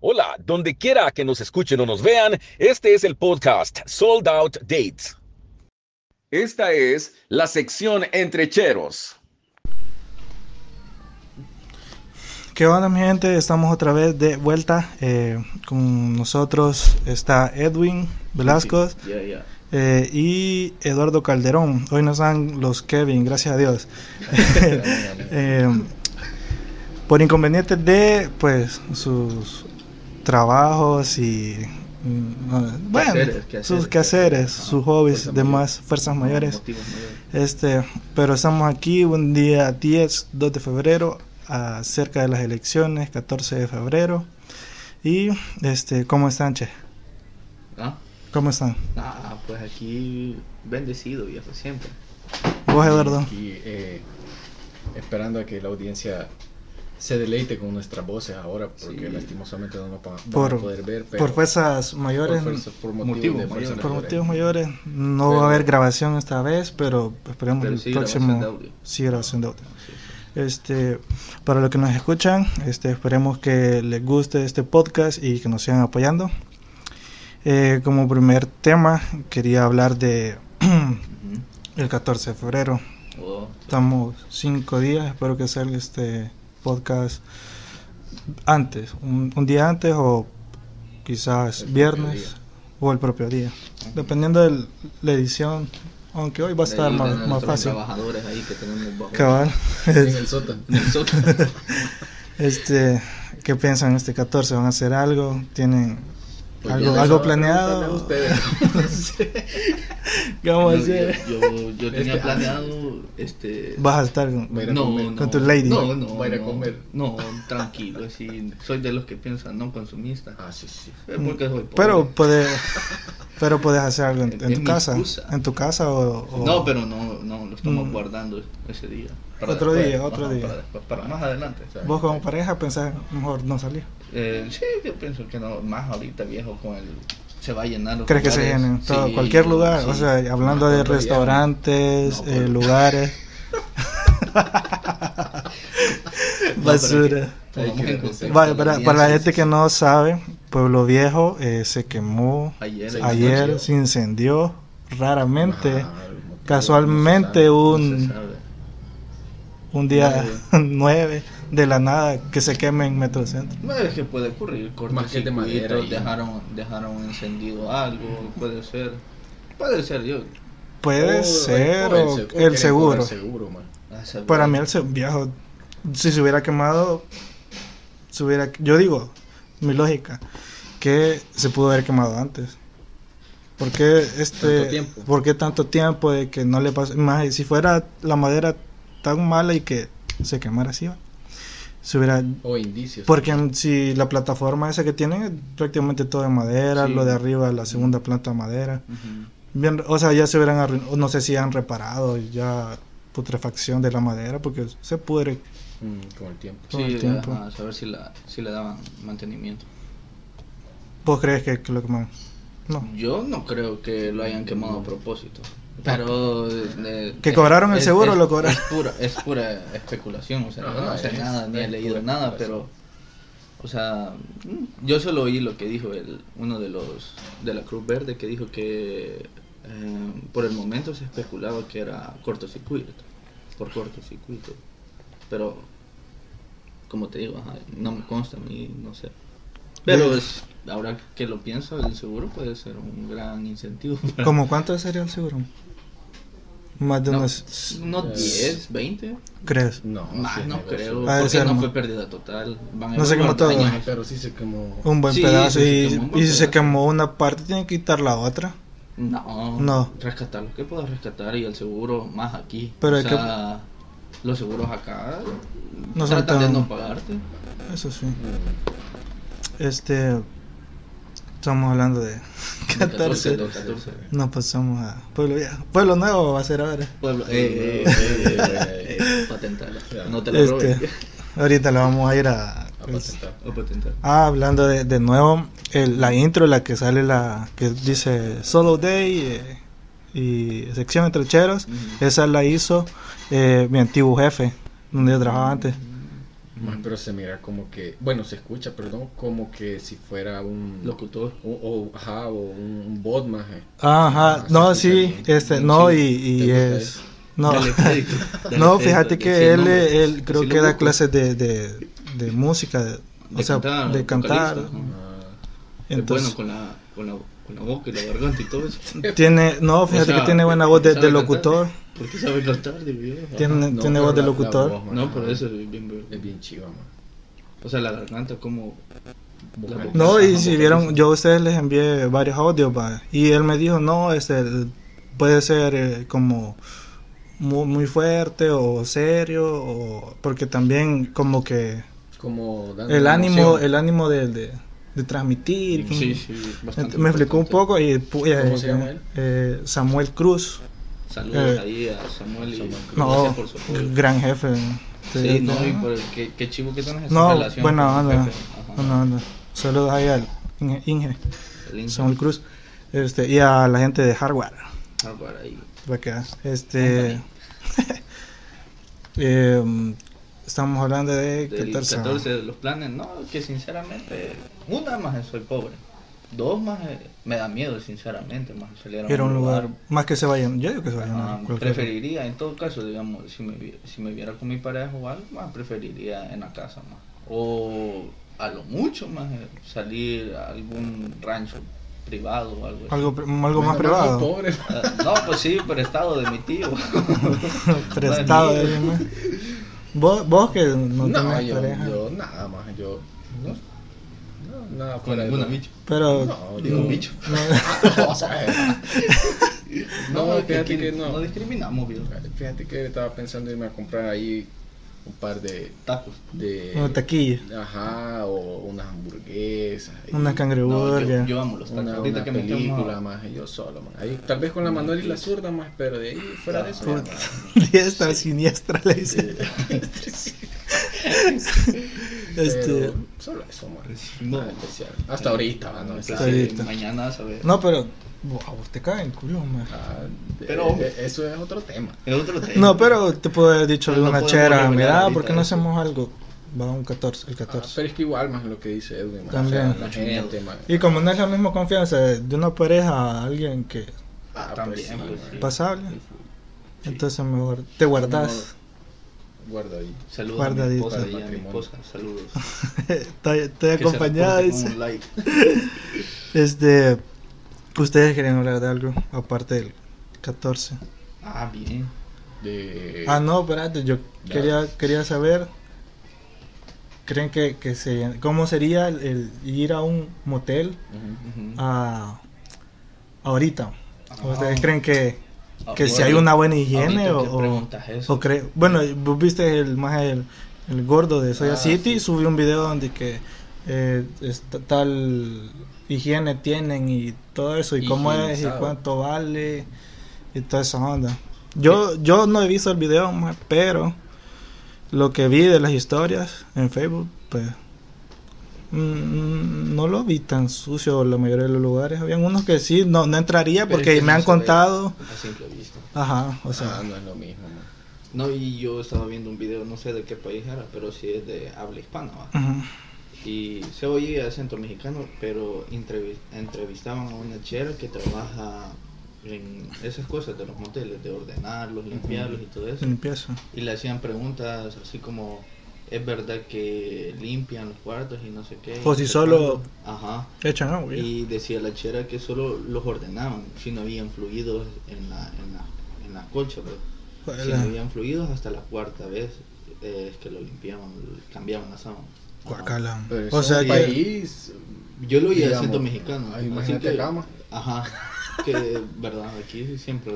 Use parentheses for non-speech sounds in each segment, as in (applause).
Hola, donde quiera que nos escuchen o nos vean, este es el podcast Sold Out Dates. Esta es la sección Entrecheros. ¿Qué onda mi gente? Estamos otra vez de vuelta. eh, con nosotros está Edwin Velasco Ya, ya. eh, y Eduardo Calderón. Hoy nos dan los Kevin, gracias a (laughs) Dios. (laughs) Eh, por inconvenientes de pues sus trabajos y mm, no, bueno, Quehaceres, quehaceres, sus quehaceres, ajá, sus hobbies, fuerzas demás fuerzas mayores. Motivos mayores. Este, pero estamos aquí un día 10, 2 de febrero, acerca de las elecciones, 14 de febrero. Y, este, ¿cómo están, Che? ¿Ah? ¿Cómo están? ah, pues aquí bendecido, viejo, siempre. Vos, Eduardo. Y eh, esperando a que la audiencia se deleite con nuestras voces ahora, porque Sí. lastimosamente no nos va- van Por- a poder ver. Pero Por fuerzas por mayores, fuerza- por motivos, Motivos de fuerza mayores. por mayor. motivos mayores, no Pero- va a haber grabación esta vez, pero esperemos Pero el sí, próximo. grabación de audio. Sí, grabación de audio. Ah, Sí, sí. Este, para los que nos escuchan, este, esperemos que les guste este podcast y que nos sigan apoyando. Eh, como primer tema, quería hablar de (clears throat) el 14 de febrero. Ujú. Oh, Estamos cinco días, espero que salga este podcast antes, un, un día antes o quizás El viernes propio día. o el propio día, dependiendo de la edición, aunque hoy va a le estar ayudan más, a más nuestros fácil. trabajadores ahí que tenemos bajo (laughs) Cabal. En (laughs) el sótano. en el sótano. Este, ¿qué piensan este 14? ¿Van a hacer algo? ¿Tienen Pues algo, yo algo les voy a planeado? preguntarle a ustedes. ¿Qué vamos a No, yo, hacer? yo, (laughs) yo tenía Este, planeado este Vas a estar con- Voy a ir a no, comer. no, Con tu lady. No, no, Voy a ir a no, comer. No, tranquilo, sí, soy de los que piensan no consumista. Ah, sí, sí. Es Porque soy pobre. Pero puedes pero puedes hacer algo (laughs) en, en Es tu mi casa, excusa. en tu casa o, o- No, pero no, no, lo estamos oh. Mm. guardando ese día. Otro después, día, otro ajá, día. Para, después, para más adelante. O sea, vos como pareja pensás mejor no salir. Eh, sí, yo pienso que no, más ahorita viejo con el... Se va a llenar los ¿Crees que se lugares. llenen todo, Sí, cualquier lugar? O sí. sea, hablando de cualquier día. restaurantes, No, eh, pero- lugares. (laughs) (laughs) No, pero Basura. que pongamos en contexto Vaya, a la para, para la audiencia, gente que no sabe, Pueblo Viejo eh, se quemó Ayer, Se ayer, incendió. se incendió raramente, Ajá, Ah, el motivo no se casualmente sabe. no se un, sabe. un día (laughs) 9 de la nada que se queme en Metrocentro. No es que puede ocurrir, Más que de madera cortocircuitos, y- dejaron, dejaron encendido algo, puede ser, puede ser yo. Puede O- ser o o se- o el quieren seguro. cobrar seguro, man. a saber. Para mí el se- viejo, si se hubiera quemado, se hubiera, yo digo, mi lógica, que se pudo haber quemado antes. ¿Por qué este, Tanto tiempo. ¿por qué tanto tiempo de que no le pasó? Más si fuera la madera tan mala y que se quemara así, va, se hubiera O indicios. Porque en- si la plataforma esa que tienen es prácticamente todo de madera, Sí. lo de arriba, la segunda planta madera. Ujú. Bien, o sea, ya se hubieran arruinado, no sé si han reparado ya putrefacción de la madera porque se pudre. Mm, con el tiempo. Todo el Sí, tiempo. ajá, a saber si, la, si le daban mantenimiento. ¿Vos crees que, que lo quemaron? No. Yo no creo que lo hayan quemado a propósito. Pero. eh, ¿Que es- cobraron el es- seguro es- lo cobraron? Es pura, es pura especulación, o sea, yo no Ajá, sé es- nada, ni he es leído pura nada, pero. especulación. O sea, mm, yo solo oí lo que dijo el, uno de los. de la Cruz Verde que dijo que. eh, por el momento se especulaba que era cortocircuito. Por cortocircuito. Pero. Como te digo, ajá, no me consta a mí, no sé. Pero Bien. es- ahora que lo pienso, el seguro puede ser un (laughs) gran incentivo. para- ¿Cómo cuánto sería el seguro? Más de Ah. No, unos... no eh, 10, 20. ¿crees? No, Más sí es Ah, no negocio. Ah, creo. Ha de Porque ser, no ¿no? fue pérdida total. Van a No sé evaluar cómo todo. daños. Pero sí se quemó. Un buen Sí, pedazo. sí, y, se quemó un y buen si se pedazo. quemó una parte, tienen que quitar la otra. No, No. Rescatar lo que puedo rescatar y el seguro más aquí. Pero o es que- sea, los seguros acá No son tratan de tan- no pagarte. Eso sí. Mm, Este... Estamos hablando de (laughs) 14. de 14. Nos pasamos a Pueblo Viejo. Pueblo Nuevo va a ser ahora. Pueblo, Sí, eh, eh, no, eh, no, eh, eh, patentala. Ya. No te la Este, robes. ahorita la vamos a ir a. a patentar. O patentar. Ah, hablando de, de nuevo, el- la intro, la que sale, la que dice Solo Day eh, y sección entre cheros, Ujú. esa la hizo eh, mi antiguo jefe, donde yo trabajaba antes. Más, pero se mira como que, bueno, se escucha, perdón, como que si fuera un Locutor. o, o- ajá, o un, un bot eh. más. Ah, Ajá, no, sí, este, no, y, y es... No, (laughs) Dale crédito, dale no crédito, fíjate sí, que él, no, eh, él sí creo lo que da busco. clases de, de, de música, de- o De sea, cantar, de cantar. vocalista, ¿no? Ah. Es Entonces, bueno con la, con, la, con la boca y la garganta y todo eso. tiene, no, fíjate O sea, que tiene buena voz de, ¿sabe de cantar? locutor. Porque sabe cantar, digo yo. Ajá. Tiene, tiene voz de locutor. No, por eso es bien ver- Es bien chiva, man. O sea, la garganta como... Vocal. voz. No, y Ajá, si vocalista. vieron, yo a ustedes les envié varios audios, va, y él me dijo, no, este, puede ser eh, como mu- muy, fuerte o serio, o, porque también como que Como dando el ánimo, emoción. el ánimo de, de, de transmitir. Sí, sí, bastante Me explicó un importante. poco y puya, ¿Cómo se llama él? eh, Samuel Cruz, Saludos Eh, ahí a Samuel y Samuel. no, gracias por su apoyo. gran jefe. Sí, Te- no, y por el que, qué chivo que tenés esa No, relación. buena con tu onda, jefe. Ajá. buena onda. Saludos ahí al Inge- Inge. El Inge Samuel Cruz este, y a la gente de Hardware. Álvaro ah, ahí. por acá. Este, (laughs) em, estamos hablando de Del 14. 14 de los planes, no, que sinceramente, una más soy pobre. Dos más eh, me da miedo, sinceramente, más salir a Era un lugar más que se vayan. Yo digo que se vayan. Ajá, a cualquier- preferiría, en todo caso, digamos, si me, vi- si me viera con mi pareja o algo, más preferiría en la casa más. O a lo mucho más eh, salir a algún rancho privado o algo. así. Algo, pri- algo más Menos mal, no, privado. Pobre. Ah, No, pues sí, prestado de mi tío. Prestado de Madre alguien mía. más. Vos, vos que no, No, tenés yo, pareja. yo nada más, yo no, no, nada Con fuera de ninguna lo- bicha. Pero No, yo Ningún bicho. (laughs) No, o sea, No, No, que fíjate aquí que no. no discriminamos, viejo. fíjate que estaba pensando irme a comprar ahí un par de Tacos. de una taquilla, ajá o unas hamburguesas y una No, cangreburger. yo, yo amo los tacos. una, Ahorita una que película metemos más yo solo man. Ahí, tal vez con la Manuel y la zurda más pero de ahí fuera de eso ya, Puta. man. (laughs) Diestra, siniestra, le (laughs) (laughs) dice. este, Pero solo eso man. No. Nada especial. hasta ahorita man, no a- es así. Hasta ahorita. Este, mañana a saber. no, pero bo- a vos te caen, culo, man. Ah, de- Pero- eh, eso es otro tema Ah, El otro tema. No, pero te puedo haber dicho No, no alguna podemos chera, revelar mira, ahorita ¿por qué no eso. hacemos algo? Va un 14, el Ah, 14. pero es que igual más lo que dice Edwin man. También. O sea, la Mucho gente miedo. man. Y como no es la misma confianza de de una pareja a alguien que Ah, pues También, sí, pues, man. sí. pasable, Sí. entonces mejor te guardas. guarda ahí Saludos Guarda a mi dieta. esposa y a mi Matrimonio. esposa. Saludos. (laughs) estoy estoy Que se acompañada. reporte con dice. un like. Este, ustedes querían hablar de algo aparte del 14. Ah, bien. de Ah, no, espérate, yo Ya. quería, quería saber. ¿Creen que, que se, cómo sería el, el ir a un motel Ujú. Ujú. a, ahorita? ¿Ustedes Ah. creen que, que si Ahorita- hay una buena ahorita higiene que o, o, preguntas o eso. cre- Bueno, vos viste el más el, el gordo de Soya Ah, City, sí. subió un video donde que eh, esta- tal higiene tienen y todo eso, y cómo es, y Higienizado. cuánto vale, y toda esa onda. Yo, yo no he visto el video, ma, pero lo que vi de las historias en Facebook, pues mm, no lo vi tan sucio en la mayoría de los lugares. Habían unos que sí, no, no entraría Pero es porque que me no han se ve. contado. A simple vista. Ajá, o sea. Ah, no es lo mismo man. No, y yo estaba viendo un video, no sé de qué país era, pero sí es de habla hispana, va. ujú. Y se oye acento mexicano, pero entrevi- entrevistaban a una chera que trabaja en esas cosas de los moteles, de ordenarlos, limpiarlos y todo eso. Limpieza. Y le hacían preguntas así como, ¿es verdad que limpian los cuartos y no sé qué? y O no si sé solo- cuánto? Ajá. Echan agua. ya. Y decía la chera que solo los ordenaban, si no habían fluidos en la, en la, en la colcha, pues. Joder, Si no la- habían fluidos hasta la cuarta vez eh, es que lo limpiaban, cambiaban la sábana. Ajá. Guacala. Pero O es sea un que. país Yo lo oí Digamos, acento mexicano. ah, así imagínate que- Gama. Ajá. Que, verdad, aquí siempre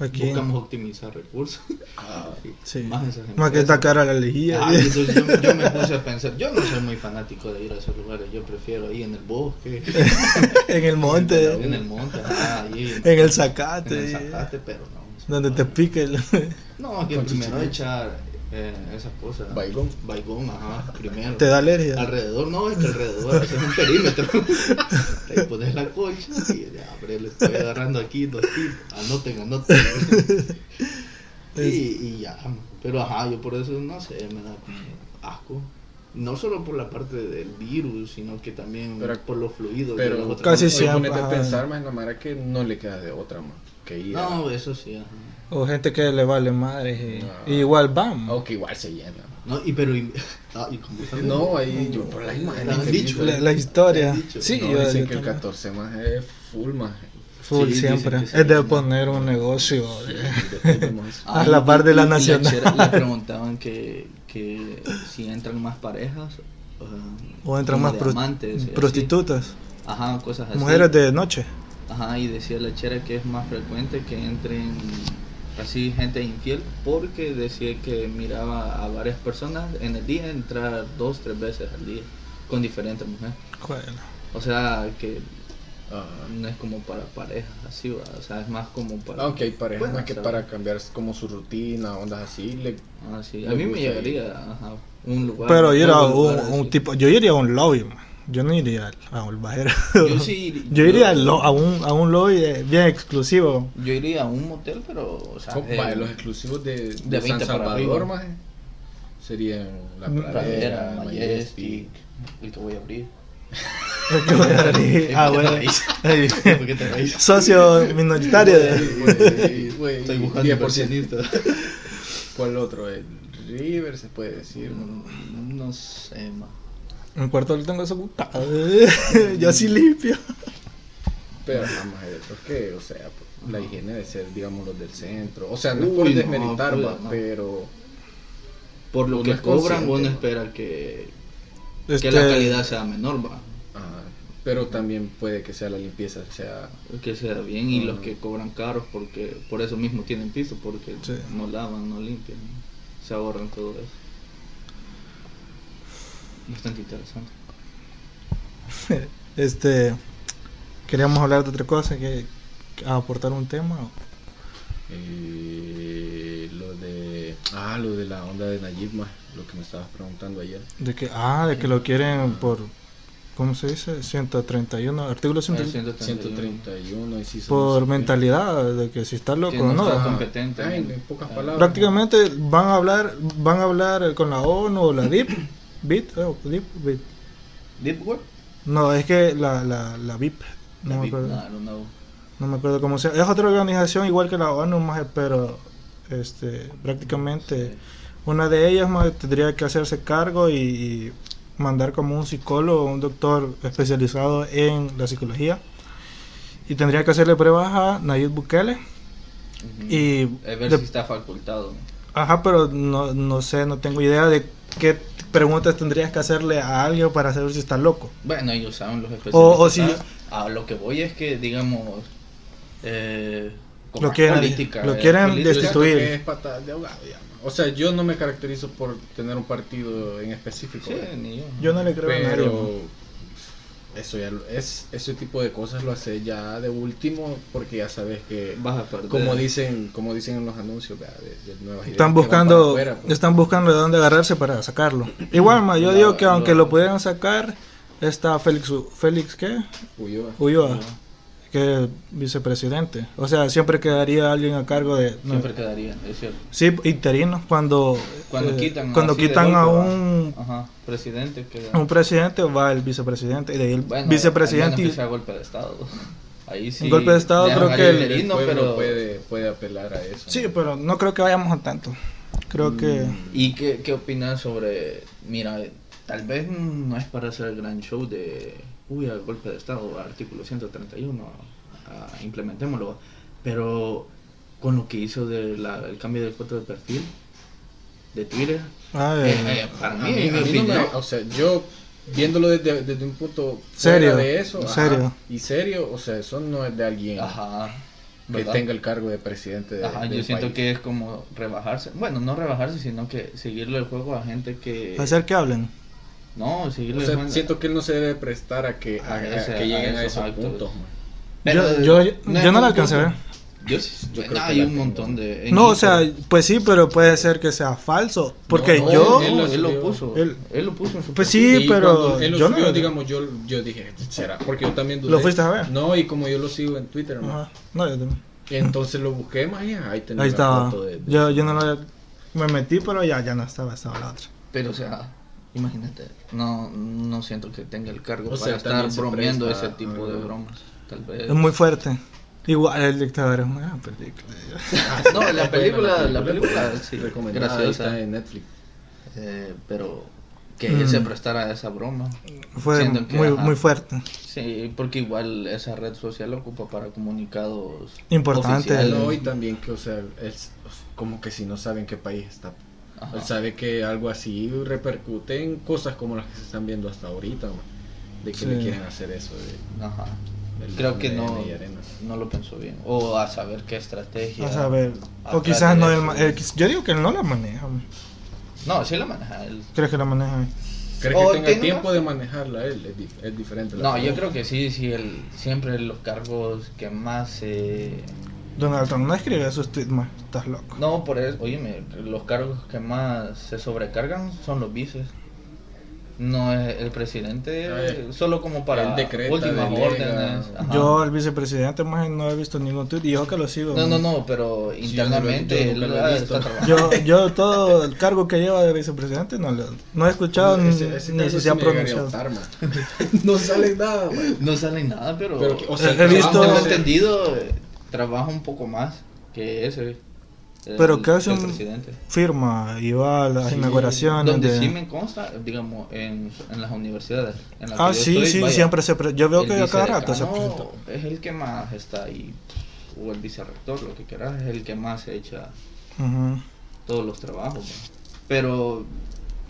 Aquí. buscamos optimizar recursos. (laughs) ah, Sí. Más esas Más que empresas. esta cara la lejía. (laughs) Ah, entonces yo, yo me puse a pensar, yo no soy muy fanático de ir a esos lugares, yo prefiero ir en el (laughs) bosque, en el monte. en el monte, ajá, ahí, (laughs) En el en el zacate. Zacate, pero no. Donde te pique (laughs) el. No, que Con primero chichirines. echar eh, esas cosas. Baigón. Baigón, ajá, primero. te da alergia. Alrededor, no, es que alrededor, ese es un perímetro. Ahí pones la colcha y ya, hombre, le estoy agarrando aquí dos tips. Anoten, anoten. Y, y ya, pero ajá, yo por eso no sé, me da como asco. No solo por la parte del virus, sino que también Pero- por los fluidos de las Pero otras Casi oye, personas. siempre, ponete a ajá. pensar más en la mara que no le queda de otra más que ir. a- No, eso sí, ajá. O gente que le vale madre. Y, Ah. No. y igual van. Aunque igual se llena. No, y pero... y- (laughs) ah, y como también- No, ahí yo por la imagen. Lo han que dicho, vi, La, güey. la historia. Lo han dicho. Sí, No, yo, dicen yo que el también. 14 más es full más. Full Sí, dicen siempre. que sí. Es de poner un negocio. eh. Después vemos eso. A la par de la y- y nacional. chera- Le preguntaban que, que si entran más parejas. ah, O entran como más de pro- amantes, y así. prostitutas. Ajá, cosas así. Mujeres de noche. Ajá, y decía la chera que es más frecuente que entren así gente infiel porque decía que miraba a varias personas en el día entrar dos, tres veces al día con diferentes mujeres. Bueno. O sea, que Ajá. no es como para parejas así, ¿va? o sea, es más como para... Aunque hay Ah, parejas Bueno, más que o sea, para cambiar como su rutina, ondas así. le- Ah, sí. A Le mí me gusta llegaría ajá, un lugar. Pero yo nuevo, era lugar un, un así. tipo. Yo iría a un lobby. man. Yo no iría al- a un bajero. (laughs) Yo sí ir- Yo iría al yo- lo- a, un, a un lobby eh, bien exclusivo. (laughs) Yo iría a un motel, pero. O sea, Son- eh, vaya, los exclusivos de, de 20 San para Salvador arriba. más serían La Mm. Pradera, Pradera, Majestic. Y te voy a abrir. (laughs) ah, (laughs) bueno. (laughs) Ey. (laughs) ¿Por qué te reís? Socio (laughs) minoritario. Güey, güey, Estoy buscando 10%. inversionista. (laughs) ¿Cuál otro? El River se puede decir. No, no sé, ma. Un cuarto lo tengo desocupado. (laughs) yo así limpio. Pero nada más es que, o sea, pues, la higiene de ser, digamos, los del centro. O sea, no es Uy, por no, desmeritar, cuida, va, no. pero. Por lo Uno que es cobran, consciente, uno ma. espera que, Este, que la calidad sea menor, va. ajá, ah, pero también puede que sea la limpieza, sea. Que sea bien. Y los Ah. Ajá. que cobran caros, porque por eso mismo tienen piso, porque Sí. no lavan, no limpian. Se ahorran todo eso. Bastante interesante. este, Queríamos hablar de otra cosa. Que, a aportar un tema. eh, lo de. Ah, lo de la onda de Nayib, más lo que me estabas preguntando ayer. De que, ah, de que lo quieren por. ¿Cómo se dice? 131. Artículo 131. 131 y sí son Por no sé qué. mentalidad. De que si está loco Que o no no. está Ajá. competente, Ay, ¿no? en pocas Ah. palabras. Prácticamente van a hablar van a hablar con la ONU o la DIP. ¿Bit? Oh, DIP, BIT. Deep Web. No, es que la, la, la VIP. No, me acuerdo, Nah, no, no. no me acuerdo cómo sea. Es otra organización igual que la ONU, maje, pero este, prácticamente una de ellas maje, tendría que hacerse cargo y, y mandar como un psicólogo o un doctor especializado en la psicología. Y tendría que hacerle pruebas a Nayib Bukele. Ujú. Y Mm. A ver de- si está facultado. Ajá, pero no, no sé, no tengo idea de qué preguntas tendrías que hacerle a alguien para saber si está loco. Bueno, ellos saben los especialistas. O- o si- A lo que voy es que, digamos, eh, con Lo más quieren- lo quieren eh, Yo siento política, destituir. que es patada de ahogado, ya, ma. O sea, yo no me caracterizo por tener un partido en específico. Sí, ¿verdad? ni yo. Yo no le creo a nadie. pero ¿no? eso ya lo- es ese tipo de cosas lo hace ya de último porque ya sabes que Vas a perder. como dicen como dicen en los anuncios ¿verdad? de, de nuevas ideas Están que van para buscando, afuera, pues. están buscando de dónde agarrarse para sacarlo. Igual, ma, yo No, digo que aunque no. lo pudieran sacar, está Félix, U- Félix ¿qué? Ulloa. Ulloa, que es vicepresidente. O sea, siempre quedaría alguien a cargo de... no. Siempre quedaría, es cierto. Sí, interino, cuando, Cuando eh, quitan, cuando así de quitan a golpe, ¿va? un, Ajá, presidente queda. a un presidente, va el vicepresidente, y de ahí el Bueno, al vicepresidente... menos y- que sea golpe de Estado. (laughs) Ahí sí. Un golpe de estado, dejan creo al que el- el interino, pueblo pero- puede puede apelar a eso Sí, ¿no? pero no creo que vayamos a tanto. Creo que... ¿Y qué, qué opinan sobre.? Mira, tal vez no es para hacer el gran show de. Uy, al golpe de Estado, artículo 131, ah, implementémoslo. Pero con lo que hizo del cambio de foto de perfil de Twitter, Ah, eh, eh, eh, para A mí, mí- en mi a mí no me- opinión, o sea, yo viéndolo desde, desde un punto Serio, fuera de eso, ajá, serio. y serio, o sea, eso no es de alguien Ajá. que ¿verdad? tenga el cargo de presidente de, Ajá, del yo siento país. que es como rebajarse. Bueno, no rebajarse, sino que seguirle el juego a gente que. hacer que hablen. No, seguirle O el sea, juego. siento que él no se debe prestar a que, a- A a ese- que lleguen a a esos esos, actos. puntos. man. Yo, yo, yo no la alcancé a ver. Yo sí. Yo creo no, que hay la un tengo. montón de. en No, o sea, Instagram. pues sí, pero puede ser que sea falso. Porque No, no, yo... Él, él lo él lo subió. puso. Él- Él, lo puso en su. Pues perfil. sí, Y pero cuando él lo yo subió, no... digamos, yo, yo dije, "Este será, porque yo también dudé. ¿Lo fuiste a ver? No, y como yo lo sigo en Twitter, man, Ajá. No, yo también. entonces lo busqué, más y ahí tenía Ahí la estaba. foto de- de- Yo, yo no la... Me metí, pero ya, ya no estaba, estaba la otra. Pero, o sea, Imagínate, no, no siento que tenga el cargo para O sea, también estar se bromeando presta ese tipo a- de bromas. Tal vez. Es muy fuerte. Igual el dictador es una película. No, (laughs) la película- Ah, la película, sí, recomendada ahí graciosa. está en Netflix. Eh, pero que Mm. él se prestara a esa broma. Fue Siento que, muy, ajá. muy fuerte. Sí, porque igual esa red social la ocupa para comunicados Importante. oficiales. No, y también que, o sea, es como que si no saben qué país está. Ajá. Él sabe que algo así repercute en cosas como las que se están viendo hasta ahorita, man. de que Sí. le quieren hacer eso. de- Ajá. del Creo que no, ADN y arenas. no lo pensó bien. O a saber qué estrategia. A saber. O Atrás quizás de no. eso. él ma- eh, quiz- yo digo que él no la maneja. No, sí la maneja él. ¿Crees que la maneja? ¿Crees O que tenga tiene tiempo una- de manejarla él? Es, dif- es diferente. la No, yo (laughs) pregunta. creo que sí, sí, él, siempre los cargos que más eh, Donald Trump no escribe esos tweets más. Estás loco. No, por eso, oye, los cargos que más se sobrecargan son los vices. No es el presidente, Eh, solo como para él decreta, últimas delega. órdenes. ajá. Yo, el vicepresidente, más no he visto ningún tweet y yo que lo sigo. No, no, man. no, pero yo no lo- internamente yo nunca él lo he está visto. trabajando. Yo, yo todo el cargo que lleva de vicepresidente no, lo, no he escuchado ni- Ese- ese ni caso si sí se ha me llegaría a pronunciado. votar, (laughs) man. no sale nada, man. (laughs) No sale nada, pero, Pero que- o sea, He he visto- visto entendido, eh, trabaja un poco más que ese. el- Pero que hace el un- presidente. Firma y va a las Sí, inauguraciones. Donde de- sí me consta, digamos, en, en las universidades. en las Ah, que yo sí, estoy, sí, vaya, siempre se. pre- Yo veo El que a cada rato se vicedecano presenta. Es el que más está ahí, o el vicerrector, lo que quieras, es el que más se echa Ujú. todos los trabajos. ¿verdad? Pero,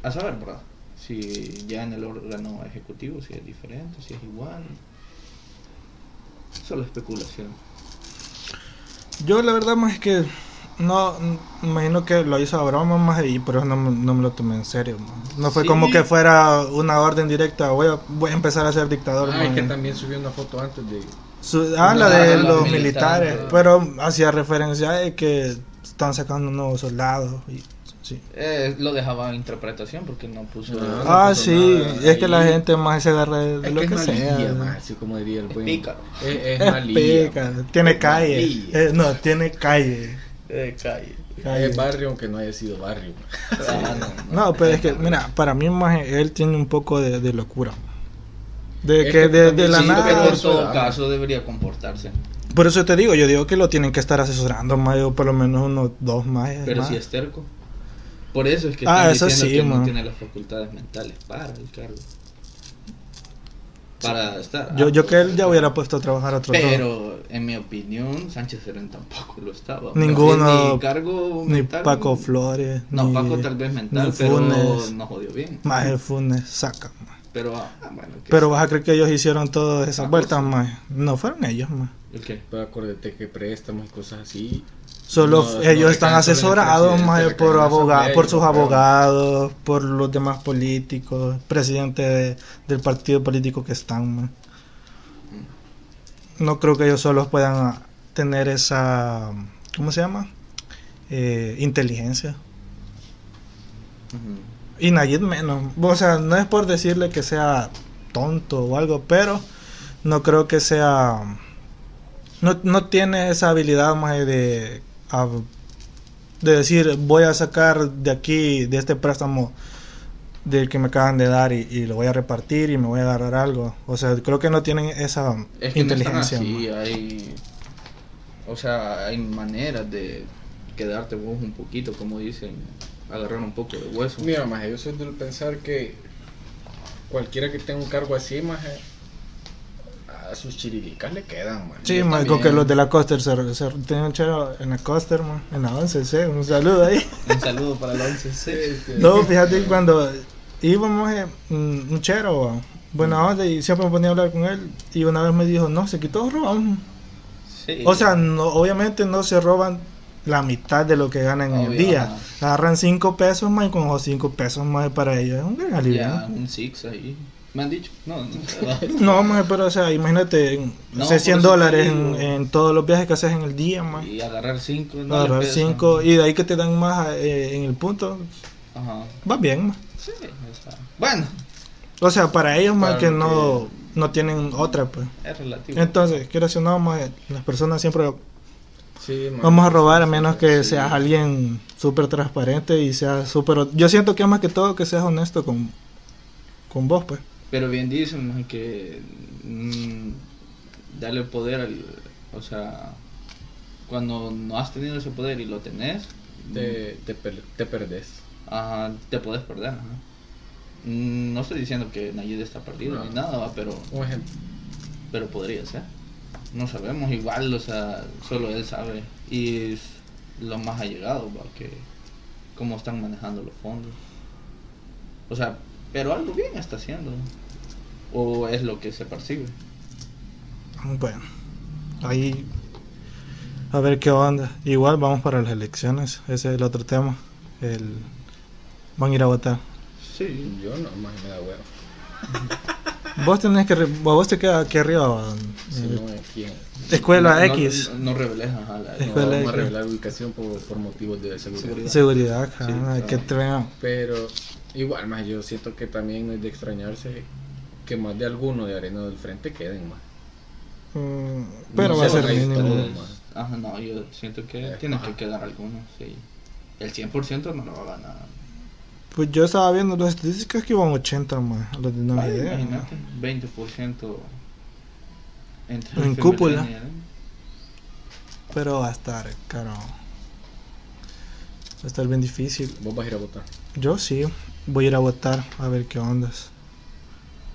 a saber, ¿verdad? Si ya en el órgano ejecutivo, si es diferente, si es igual. Solo especulación. Yo la verdad más es que no m- imagino que lo hizo a broma más y por eso no, me- no me lo tomé en serio. man. No fue Sí. como que fuera una orden directa, voy a, voy a empezar a ser dictador. Ah, es man. que también subió una foto antes de. Su- ah, la Ah, de los los militares, militares. pero hacía referencia de que están sacando nuevos soldados. Y, sí. Eh, lo dejaba a interpretación porque no puso. No, Ah, puso sí, nada es que la ahí. gente más se agarra de Es lo que que, es sea. malilla, man. man, así como diría el buen. Eh, pícaro. (laughs) Es, es Es malilla, pica, man. tiene Es calle. malilla. Eh, no, tiene calle. Eh, calle. calle. Es barrio aunque no haya sido barrio. man. Ah, No, pero es que, mira, para mí más él tiene un poco de, de locura. De Es que que de, de también la Sí, nada. pero en eso- todo caso debería comportarse. Por eso te digo, yo digo que lo tienen que estar asesorando más, o por lo menos unos dos más. Pero más. si es terco. Por eso es que Ah, están eso diciendo sí, que man. no tiene las facultades mentales para el cargo. Para estar. ah. yo, yo apto. que él ya hubiera puesto a trabajar otro dos. Pero en mi opinión, Sánchez Serén tampoco lo estaba. Ninguno, Ni cargo Ni mental, Paco Flores. No, ni, Paco tal vez mental, ni pero Funes. no jodió bien. Más el Funes, saca. más. Pero, ah, bueno. ¿qué Pero vas a creer que ellos hicieron todas esas Ah, vueltas sí. más. No fueron ellos más. ¿El qué? Pero acuérdate que préstamos y cosas así. Solo No, f- no ellos recaen están solo en el asesorados presidente, más recaen por en la abogados, asamblea y por los sus pueblos. abogados, por los demás políticos, presidente de- del partido político que están. ma. No creo que ellos solos puedan ah, tener esa, ¿cómo se llama? Eh, inteligencia. Ujú. Y Nayib menos. O sea, no es por decirle que sea tonto o algo, pero no creo que sea... No, no tiene esa habilidad más de, a- de decir voy a sacar de aquí, de este préstamo del que me acaban de dar y, y lo voy a repartir y me voy a agarrar algo. O sea, creo que no tienen esa Es que no están inteligencia. así, hay. O sea, hay maneras de quedarte vos un poquito, como dicen, agarrar un poco de hueso. Mira, más yo soy del pensar que cualquiera que tenga un cargo así, más a sus chirilicas le quedan, man. Sí, Yo más también. que los de la Coster se, se tienen un chero en la Coster, ma, en la 11, sí, un saludo ahí. Un saludo para la 11 No, fíjate que cuando íbamos eh, mm, un chero, va, Mm. buena onda, y siempre me ponía a hablar con él. Y una vez me dijo, no, se quitó robamos. Sí. O sea, no, obviamente no se roban la mitad de lo que ganan en el Obvio, día. Agarran 5 pesos más y con los 5 pesos más para ellos es un gran alivio. ya un six ahí. Me han dicho. No, no. No, maje, pero o sea, imagínate, en- No, sé, por 100 eso te dólares en, digo. en todos los viajes que haces en el día, (laughs) más. y agarrar cinco. No le Agarrar pesa. 5 y de ahí que te dan más eh, en el punto, Ajá. va bien, más. Sí. o sea, Bueno, O sea, para ellos más Claro que que- no, no tienen otra, pues. es relativo. Entonces, quiero decir, no, maje, las personas siempre Sí, man. vamos a robar a menos que Sí. seas alguien súper transparente y seas súper... Yo siento que es más que todo que seas honesto con, con vos, pues. Pero bien dicen maje, que mm, darle poder al. O sea, cuando no has tenido ese poder y lo tenés, mm, Te, te, per- te perdés. ajá, te podés perder. ajá. Mm, No estoy diciendo que Nayid está perdido No. ni nada, va, pero, Un ejemplo. pero podría ser. No sabemos, igual, o sea, solo él sabe. Y es lo más allegado, va, que cómo están manejando los fondos. O sea, pero algo bien está haciendo. O es lo que se percibe. Bueno, ahí a ver qué onda. Igual vamos para las elecciones, ese es el otro tema. El... Van a ir a votar. Sí. Yo no, más me da huevo. Vos tenés que... re- Vos te queda aquí arriba. Si eh, no, ¿a quién? Escuela No- no- X. No, reveles, ajá, la- No Escuela vamos a de- revelar ubicación por, por motivos de seguridad. Seguridad. Seguridad, ah, ajá, Sí, claro. que te vean. Pero igual, más yo siento que también no es de extrañarse que más de alguno de Arena del Frente queden más. Mm, Pero No va a sé, ser ahí está mínimo. todo. Ajá, no, yo siento que tiene que quedar alguno, sí. El 100% no lo va a ganar. Pues yo estaba viendo las estadísticas que iban 80 más, los de Ay, Navidad. imagínate, 20% entre En el cúpula. FMLN, ¿eh? Pero va a estar, caro. Va a estar bien difícil. Vos vas a ir a votar. Yo sí, voy a ir a votar a ver qué ondas.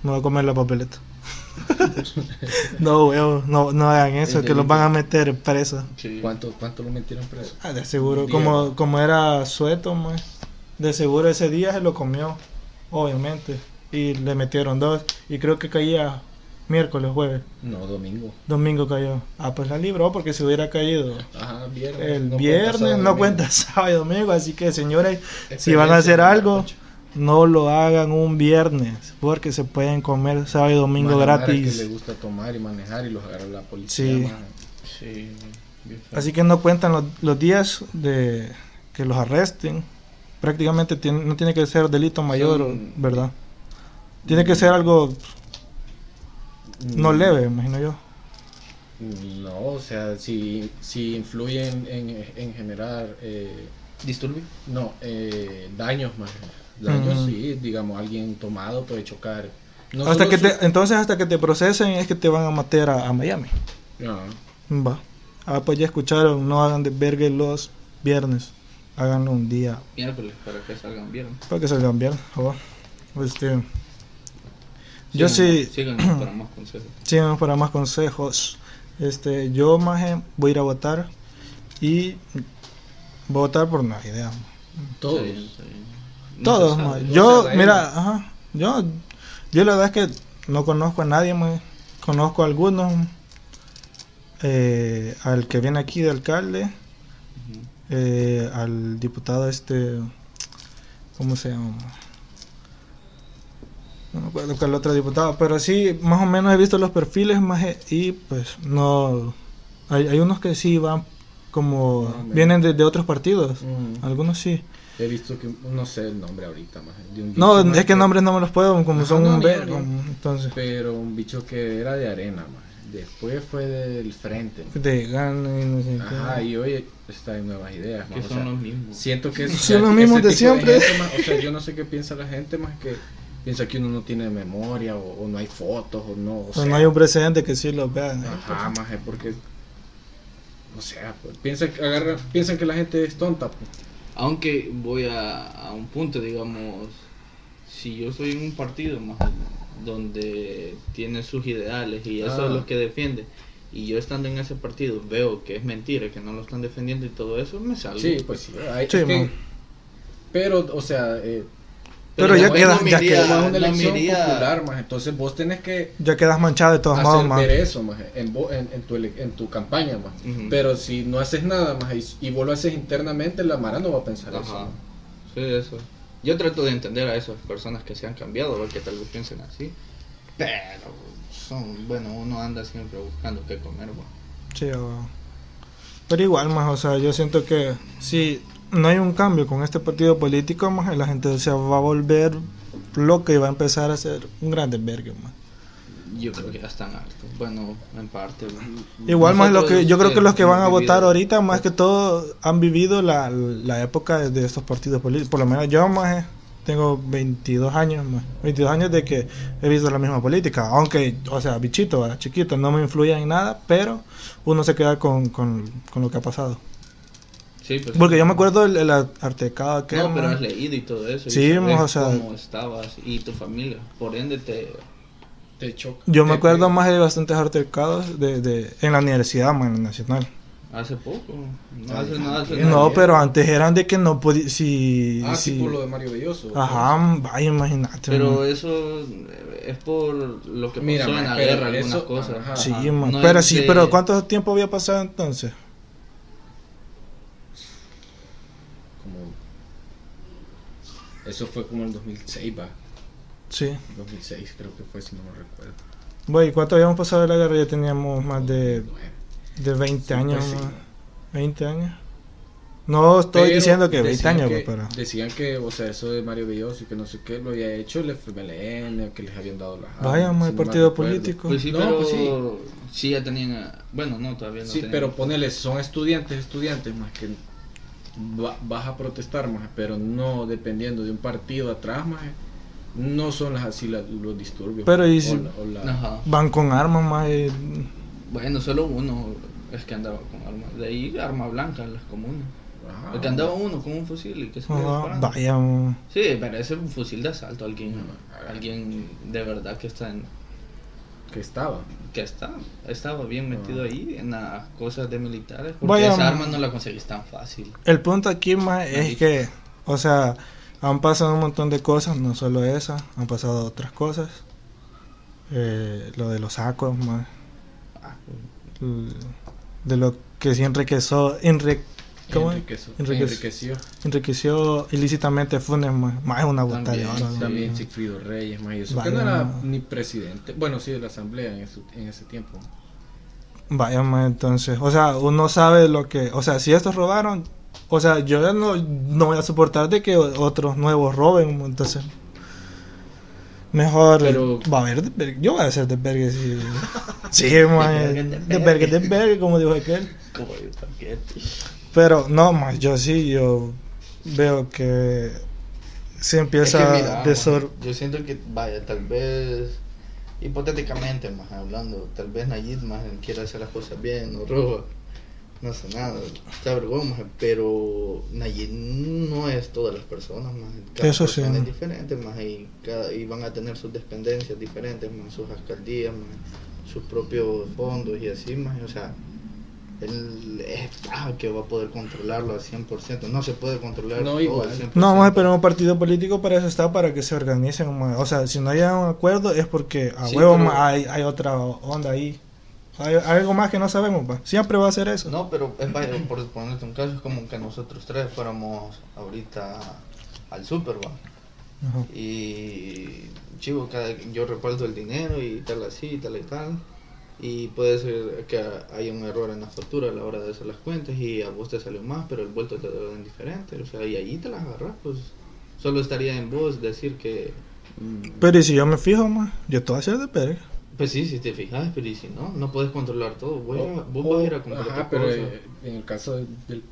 Me voy a comer la papeleta. (laughs) no, huevo, no, no hagan eso, Es que los delito. van a meter presos. Sí. ¿Cuánto, cuánto lo metieron preso? Ah, de seguro, Diez. como, como era sueto, mae, de seguro ese día se lo comió, obviamente. Y le metieron dos. Y creo que caía miércoles, jueves. No, domingo. Domingo cayó. Ah, pues la libró porque si hubiera caído Ajá, Ah, viernes. el No cuenta viernes, sábado, no domingo. cuenta (laughs) sábado y domingo. Así que, señores, (laughs) si Experiencia van a hacer de la algo, noche. no lo hagan un viernes. Porque se pueden comer sábado y domingo Manejar, gratis. Que le gusta tomar y manejar y los agarra la policía. Sí. maje. Sí, bien feo. Así que no cuentan los, los días de que los arresten. Prácticamente tiene- no tiene que ser delito mayor, Son- ¿verdad? Tiene que ser algo no leve, imagino yo. Mm, No, o sea, si, si influye en, en- en generar, eh, ¿Disturbio? no, eh, daños más. Daños, Ujú. sí, digamos, alguien tomado puede chocar. No hasta solo que su- te- entonces hasta que te procesen es que te van a meter a, a Miami. No, Va. Ah, pues ya escucharon, no hagan de verga los viernes. Háganlo un día Miércoles, para que salgan bien. para que salgan bien. va. Este, yo sí, sí. Síganos para más (clears throat) consejos. Sí, vamos para más consejos. Este, yo más voy a ir a votar y voy a votar por una idea. todos. Está bien, está bien. No Todos, se maje. sabe. Yo, se sabe, mira, maje. ajá, yo, yo la verdad es que no conozco a nadie, maje. Conozco a algunos. eh, al que viene aquí de alcalde, Ujú. eh, al diputado este, ¿cómo se llama? No me acuerdo cuál otro diputado, pero sí, más o menos he visto los perfiles maje, y pues no, hay, hay unos que sí van como, Más o menos. vienen de, de otros partidos, Ujú. algunos sí. Mm. He visto que no sé el nombre ahorita más. De un No, bicho, maje, es que nombres no me los puedo, como este. son Ajá, no, un ni yo, vergo, ni entonces, Pero un bicho que era de arena más. Después fue del frente. maje. de gana y no sé qué. Ajá, y hoy está en nuevas ideas. Que maje, o son sea, los mismos. Siento (laughs) que es Son los mismos de siempre. o sea, yo no sé qué piensa la gente más que piensa que uno no tiene memoria o, o no hay fotos o no. O Pues sea, no hay un precedente que sí los vean. ¿eh? Ajá, más es porque. O sea, pues, piensa que agarra, piensan que la gente es tonta. pues. Aunque voy a, a un punto, digamos, si yo soy en un partido más donde tiene sus ideales y eso Ah. es lo que defiende, y yo estando en ese partido veo que es mentira, que no lo están defendiendo y todo eso, me salgo. Sí, pues sí. hay- Sí, es que- man. pero, o sea, eh, Pero ya después queda- no me ya iría- como es una no me elección iría- popular, más entonces vos tenés que Ya quedas manchado de todos modos, hacer man. ver ¿eh? eso más en, vo- en, en tu, ele- en tu campaña más. Ujú. Pero si no haces nada más y, y vos lo haces internamente, la Mara no va a pensar eso. Ajá. maje. Sí, eso. Yo trato de entender a esas personas que se han cambiado, ¿verdad? que tal vez piensen así, pero son, bueno, uno anda siempre buscando qué comer, bueno. Sí, o- Pero igual, más, o sea, yo siento que si no hay un cambio con este partido político, más la gente se va a volver loca y va a empezar a ser un gran desvergue, más. Yo creo que ya están altos. Bueno, en parte. Igual, más, lo que, yo creo que los que van a votar ahorita ahorita, más que todo, han vivido la, la época de, de estos partidos políticos. Por lo menos yo, más, tengo 22 años, más 22 años de que he visto la misma política, aunque, o sea, bichito, ¿verdad? chiquito, no me influye en nada, pero uno se queda con, con, con lo que ha pasado. Sí, pues, Porque yo me acuerdo del el artecado que... No, pero man, has leído y todo eso. y Sí, sabes o sea- Cómo estabas y tu familia. Por ende, te. Te choca. yo me Te acuerdo pega. más de bastantes artecados de, de- en la universidad, man, en la nacional. Hace poco. No Ay, hace nada. hace Qué No, nada. pero antes eran de que no podía... Si, Ah, sí, si- por lo de Mario Belloso. Ajá, vaya, imagínate. man. Pero eso eh, es por lo que pasó Mira, en man, la pero guerra, algunas eso- cosas. ajá. Sí, Ajá. man. No pero es sí, de- pero ¿cuánto tiempo había pasado entonces? Como... Eso fue como el 2006, va. Sí. 2006 creo que fue, si no me recuerdo. Güey, ¿cuánto habíamos pasado de la guerra? Ya teníamos más de, Nueve. de 20 años. Pues sí. más. 20 años. No estoy Pero diciendo que 20 decían años, que- güey, pero... Decían que, o sea, eso de Mario Belloso y que no sé qué, lo había hecho el FMLN, que les habían dado las armas. Vaya, si más no mal partido recuerdo. político. Pues sí, No, pero pues sí. sí ya tenían. eh, Bueno, no, todavía no Sí, tenían. pero pues ponele, son estudiantes, estudiantes, más que va- vas a protestar, más, pero no dependiendo de un partido atrás, más, no son las así la- los disturbios. Pero maje, y o si- la- o la- Ajá. Van con armas más... eh, Bueno, solo uno es que andaba con arma. De ahí, arma blanca en las comunas. Ajá, Porque andaba uno con un fusil y que se ajá, quedó disparando. Ah, vaya, man. Sí, parece un fusil de asalto, alguien, No. alguien de verdad que está en, que estaba. que está, estaba bien No. metido ahí en las cosas de militares, porque Vaya, esa man. arma no la conseguís tan fácil. El punto aquí, más es Ahí. que... O sea, han pasado un montón de cosas, no solo esa. Han pasado otras cosas. Eh, lo de los sacos, más... Ah, De lo que se enriqueció... Enre, ¿cómo es? Enriqueció. Enriqueció. Enriqueció. enriqueció ilícitamente Funes, más, más una bota de También, oro. man. También Sigfrido Reyes, más, y eso que Vaya, no era no. ni presidente, bueno, sí, de la asamblea en, su- en ese tiempo. Vaya, ma, entonces, o sea, uno sabe lo que, o sea, si estos robaron, o sea, yo ya no, no voy a soportar de que o- otros nuevos roben, ma, entonces, mejor, Pero- va a haber, desvergue, yo voy a hacer desvergue, sí, (laughs) sí, ma, Desvergue, desvergue. desvergue, desvergue, como dijo aquel, como el paquete. pero no, más, yo sí, yo veo que se Es empieza que mira, de maje, sor- Yo siento que, vaya, tal vez, hipotéticamente más hablando, tal vez Nayib más quiere hacer las cosas bien, no roba, no hace nada, está vergüenza, maje, pero Nayib no es todas las personas más. Cada Eso sí, persona es maje. diferente más y, cada, y van a tener sus dependencias diferentes más, sus alcaldías más, sus propios fondos y así más, o sea. Él es ah, que va a poder controlarlo al 100%. No se puede controlar No, todo igual. al 100%. No, más pero un partido político para eso está, para que se organicen. ma. O sea, si no hay un acuerdo es porque a Sí, huevo pero- ma, hay, hay otra onda ahí. Hay, hay algo más que no sabemos, pa. Siempre va a ser eso. No, pero es vaya, por ponerte un caso, es como que nosotros tres fuéramos ahorita al Super ¿va? Ajá. Y chivo, cada, yo reparto el dinero y tal así, y tal y tal. Y puede ser que haya un error en la factura a la hora de hacer las cuentas y a vos te salió más, pero el vuelto te lo dan diferente. O sea, y ahí te las agarras, pues solo estaría en vos decir que, Mm. Pero y si yo me fijo, más yo te voy a hacer de perga. pues sí, si te fijas, pero y si no, no puedes controlar todo. Vos, O- vos o- vas a ir a comprar Oh, ajá, tus pero cosas. eh, en el caso del, del-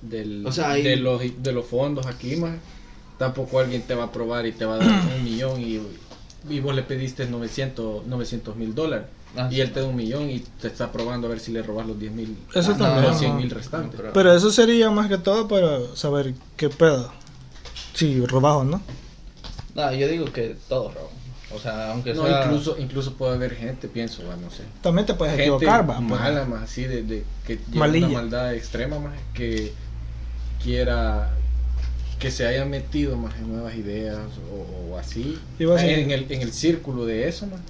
del- O sea, ahí- de, los, de los fondos aquí, más tampoco alguien te va a probar y te va a dar un millón y, y vos le pediste 900 mil dólares Ah, y sí. él te da un millón y te está probando a ver si le robas los 10 mil Eso o también, los ajá. 100 mil restantes. No, Pero eso sería más que todo para saber qué pedo. Si robas o no. No, yo digo que todos roban. O sea, aunque No, sea... incluso, incluso puede haber gente, pienso, va, no sé. También te puedes gente equivocar, va. pues. pero- mala más así de, de que lleva Malilla. una maldad extrema más que quiera que se haya metido más en nuevas ideas o, o así Y va a ser- en el, en el círculo de eso más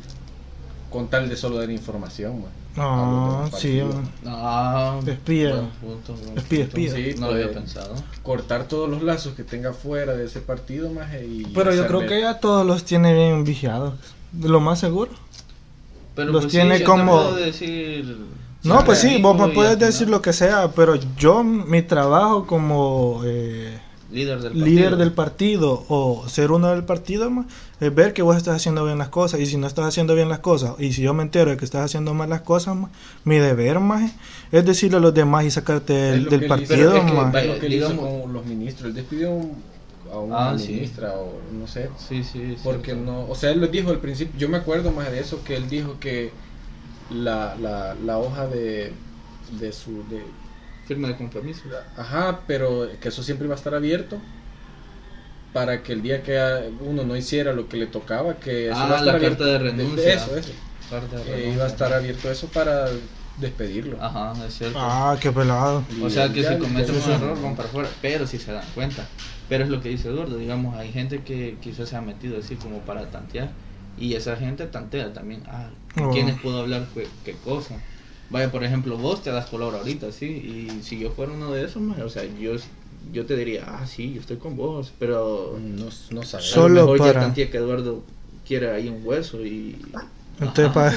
con tal de solo dar información más No, Algo sí, partido. ma. No, Espía. buen punto, buen Espía, punto. espía. Sí, no lo pues, había pensado. cortar todos los lazos que tenga fuera de ese partido más y Pero yo creo hacerle- que ya todos los tiene bien vigiados. Lo más seguro. Pero los pues tiene sí, yo como- te puedo decir... No, pues sí, vos me y al puedes final, decir lo que sea, pero yo, mi trabajo como eh, Líder del partido. líder del partido o ser uno del partido ma, es ver que vos estás haciendo bien las cosas y si no estás haciendo bien las cosas y si yo me entero de que estás haciendo mal las cosas, ma, mi deber más es decirle a los demás y sacarte Es del, del lo que él hizo- partido. pero es que- ma. es lo que él hizo Eh, Digamos- con los ministros él despidió un- a una Ah, sí. ministra o no sé. Sí, sí, sí. Porque no, o sea, él lo dijo al principio, yo me acuerdo más de eso, que él dijo que la, la, la hoja de, de su... De, Firma de compromiso. ajá, pero que eso siempre iba a estar abierto para que el día que uno no hiciera lo que le tocaba, que eso Ah, iba a estar la carta de abierto- renuncia. Eso, eso. Parte de Que renuncia. iba a estar abierto eso para despedirlo. Ajá, es cierto. Ah, qué pelado. Y O sea que ya- si cometen ya- un error van para afuera, pero si se dan cuenta. Pero es lo que dice Eduardo, digamos, hay gente que quizás se ha metido así como para tantear y esa gente tantea también. Ah, ¿con Oh. ¿Quiénes puedo hablar qué, qué cosa? Vaya, por ejemplo, vos te das color ahorita, sí, y si yo fuera uno de esos, maje, o sea, yo, yo te diría, ah, sí, yo estoy con vos, pero No, no sabemos. a lo Solo mejor ya para- tantea que Eduardo quiere ahí un hueso y... Entonces, Ajá. para,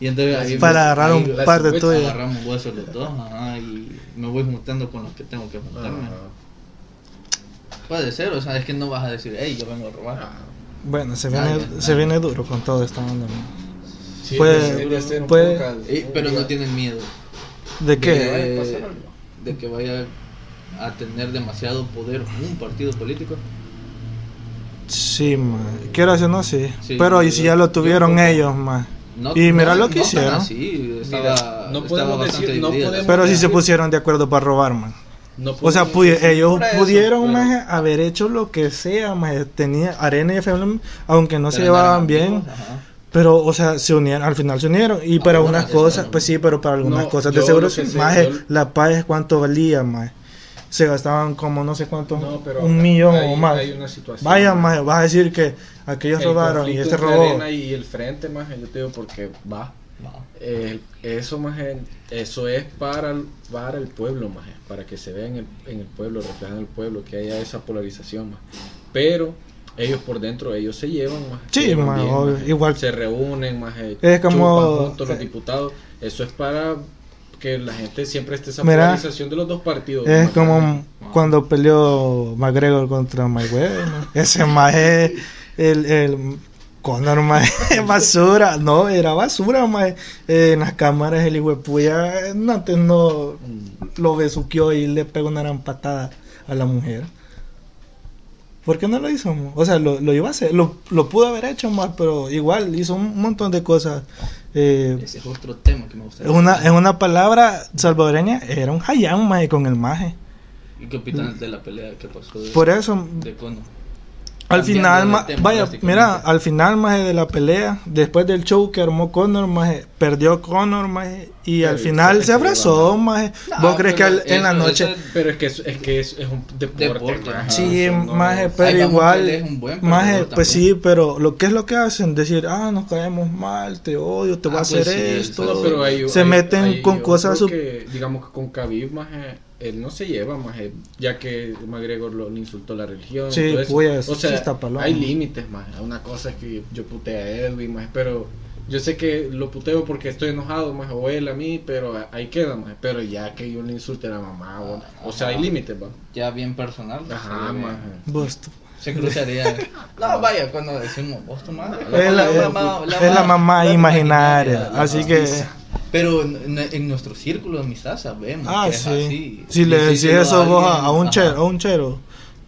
Y entonces ahí- para agarrar ahí- un par de sube- tuyos. agarramos huesos los dos, ajá, y me voy juntando con los que tengo que juntarme. Ajá. Puede ser, o sea, es que no vas a decir, hey, yo vengo a robar. (laughs) Ah. Bueno, se Ah, viene, ya. se viene duro con todo esta onda. man. Sí, Puede- debería ser un puede- podcast, Y- un Eh, pero no día. tienen miedo ¿De qué? vaya a pasar de, algo. de que vaya a tener demasiado poder un partido político. Sí, man. Quiero no, sí. Sí, Pero y yo- si ya lo yo tuvieron creo- ellos, man. No, Y mira no- lo que no tan hicieron. así, estaba, Mira, no estaba podemos bastante decir- no dividida la- podemos- Pero si se decir- pusieron de acuerdo para robar, man. No O sea, podemos pudi- decir ellos para eso, pudieron pero- maje, haber hecho lo que sea, maje. tenía Arena y FM, aunque no se pero llevaban eran bien, amigos, ajá. pero o sea, se unieron, al final se unieron Ah, y para Algunas unas se cosas, unieron. pues sí, pero para algunas No, cosas yo de seguro lo que sé, maje, yo- la paz cuánto valía, maje. Se gastaban como no sé cuánto, No, pero un millón hay- o más. hay una situación. Vaya, maje, vas a decir que aquellos El robaron y conflicto este entre robó. Arena y el frente, más yo te digo porque va. No. Eh, eso más eso es para, el- para el pueblo más para que se vea en el, en el pueblo reflejado en el pueblo que haya esa polarización más pero ellos por dentro ellos se llevan más Sí, maje, obvio, igual. se reúnen más Es como- juntos los diputados eso es para que la gente siempre esté esa Mira, polarización de los dos partidos Es maje. como cuando peleó McGregor contra Mayweather. ¿no? Ese maje, el, el Conor (laughs) maje, basura. No, era basura, maje. Eh, en las cámaras el hijuepuya eh, no, antes no lo besuqueó y le pegó una gran patada a la mujer. ¿Por qué no lo hizo? mo? O sea, lo, lo iba a hacer, lo, lo pudo haber hecho más, pero igual hizo un montón de cosas. Eh, Ese es otro tema que me en gustaría. una, en una palabra salvadoreña, era un hayán, maje, con el maje. ¿Y qué opinas de la pelea que pasó de, Por eso, de Conor? al cambiando final, de ma- tema vaya, prácticamente. mira, al final, maje, de la pelea, después del show que armó Conor, maje, perdió Conor, maje, y Pero al y final se se abrazó, llevan. maje. No, ¿Vos crees que pero al- en la eso- noche? eso- pero es que es, es que es, es un deporte, Deporte, maje, ajá. Sí, eso no- maje, Ahí pero vamos, él igual, es un buen maje, perdedor pues también. sí, pero lo que es lo que hacen, decir, ah, nos caemos mal, te odio, te voy Ah, a pues hacer sí, esto. eso- No, pero ahí- se ahí- meten ahí con yo cosas creo sub- que, digamos que con Khabib más eh, él no se lleva más eh, ya que McGregor lo le insultó la religión Sí, todo eso. pues, o sea sí está paloma. hay límites más una cosa es que yo puteo a Edwin más pero yo sé que lo puteo porque estoy enojado más o él a mí pero a- ahí queda más pero ya que yo le insulte a la mamá o, o sea hay Ajá. límites va Ya bien personal. ajá se- más Vos, tú. Se (laughs) cruzaría. No, vaya, cuando decimos vos tu madre. Es la, es- es la mamá imaginaria, la así mamá. que... Pero en, en- en nuestro círculo de amistad sabemos Ah, que es sí. así. Si Y le decís se lo da eso vos a, alguien, a un ajá, chero, a un chero.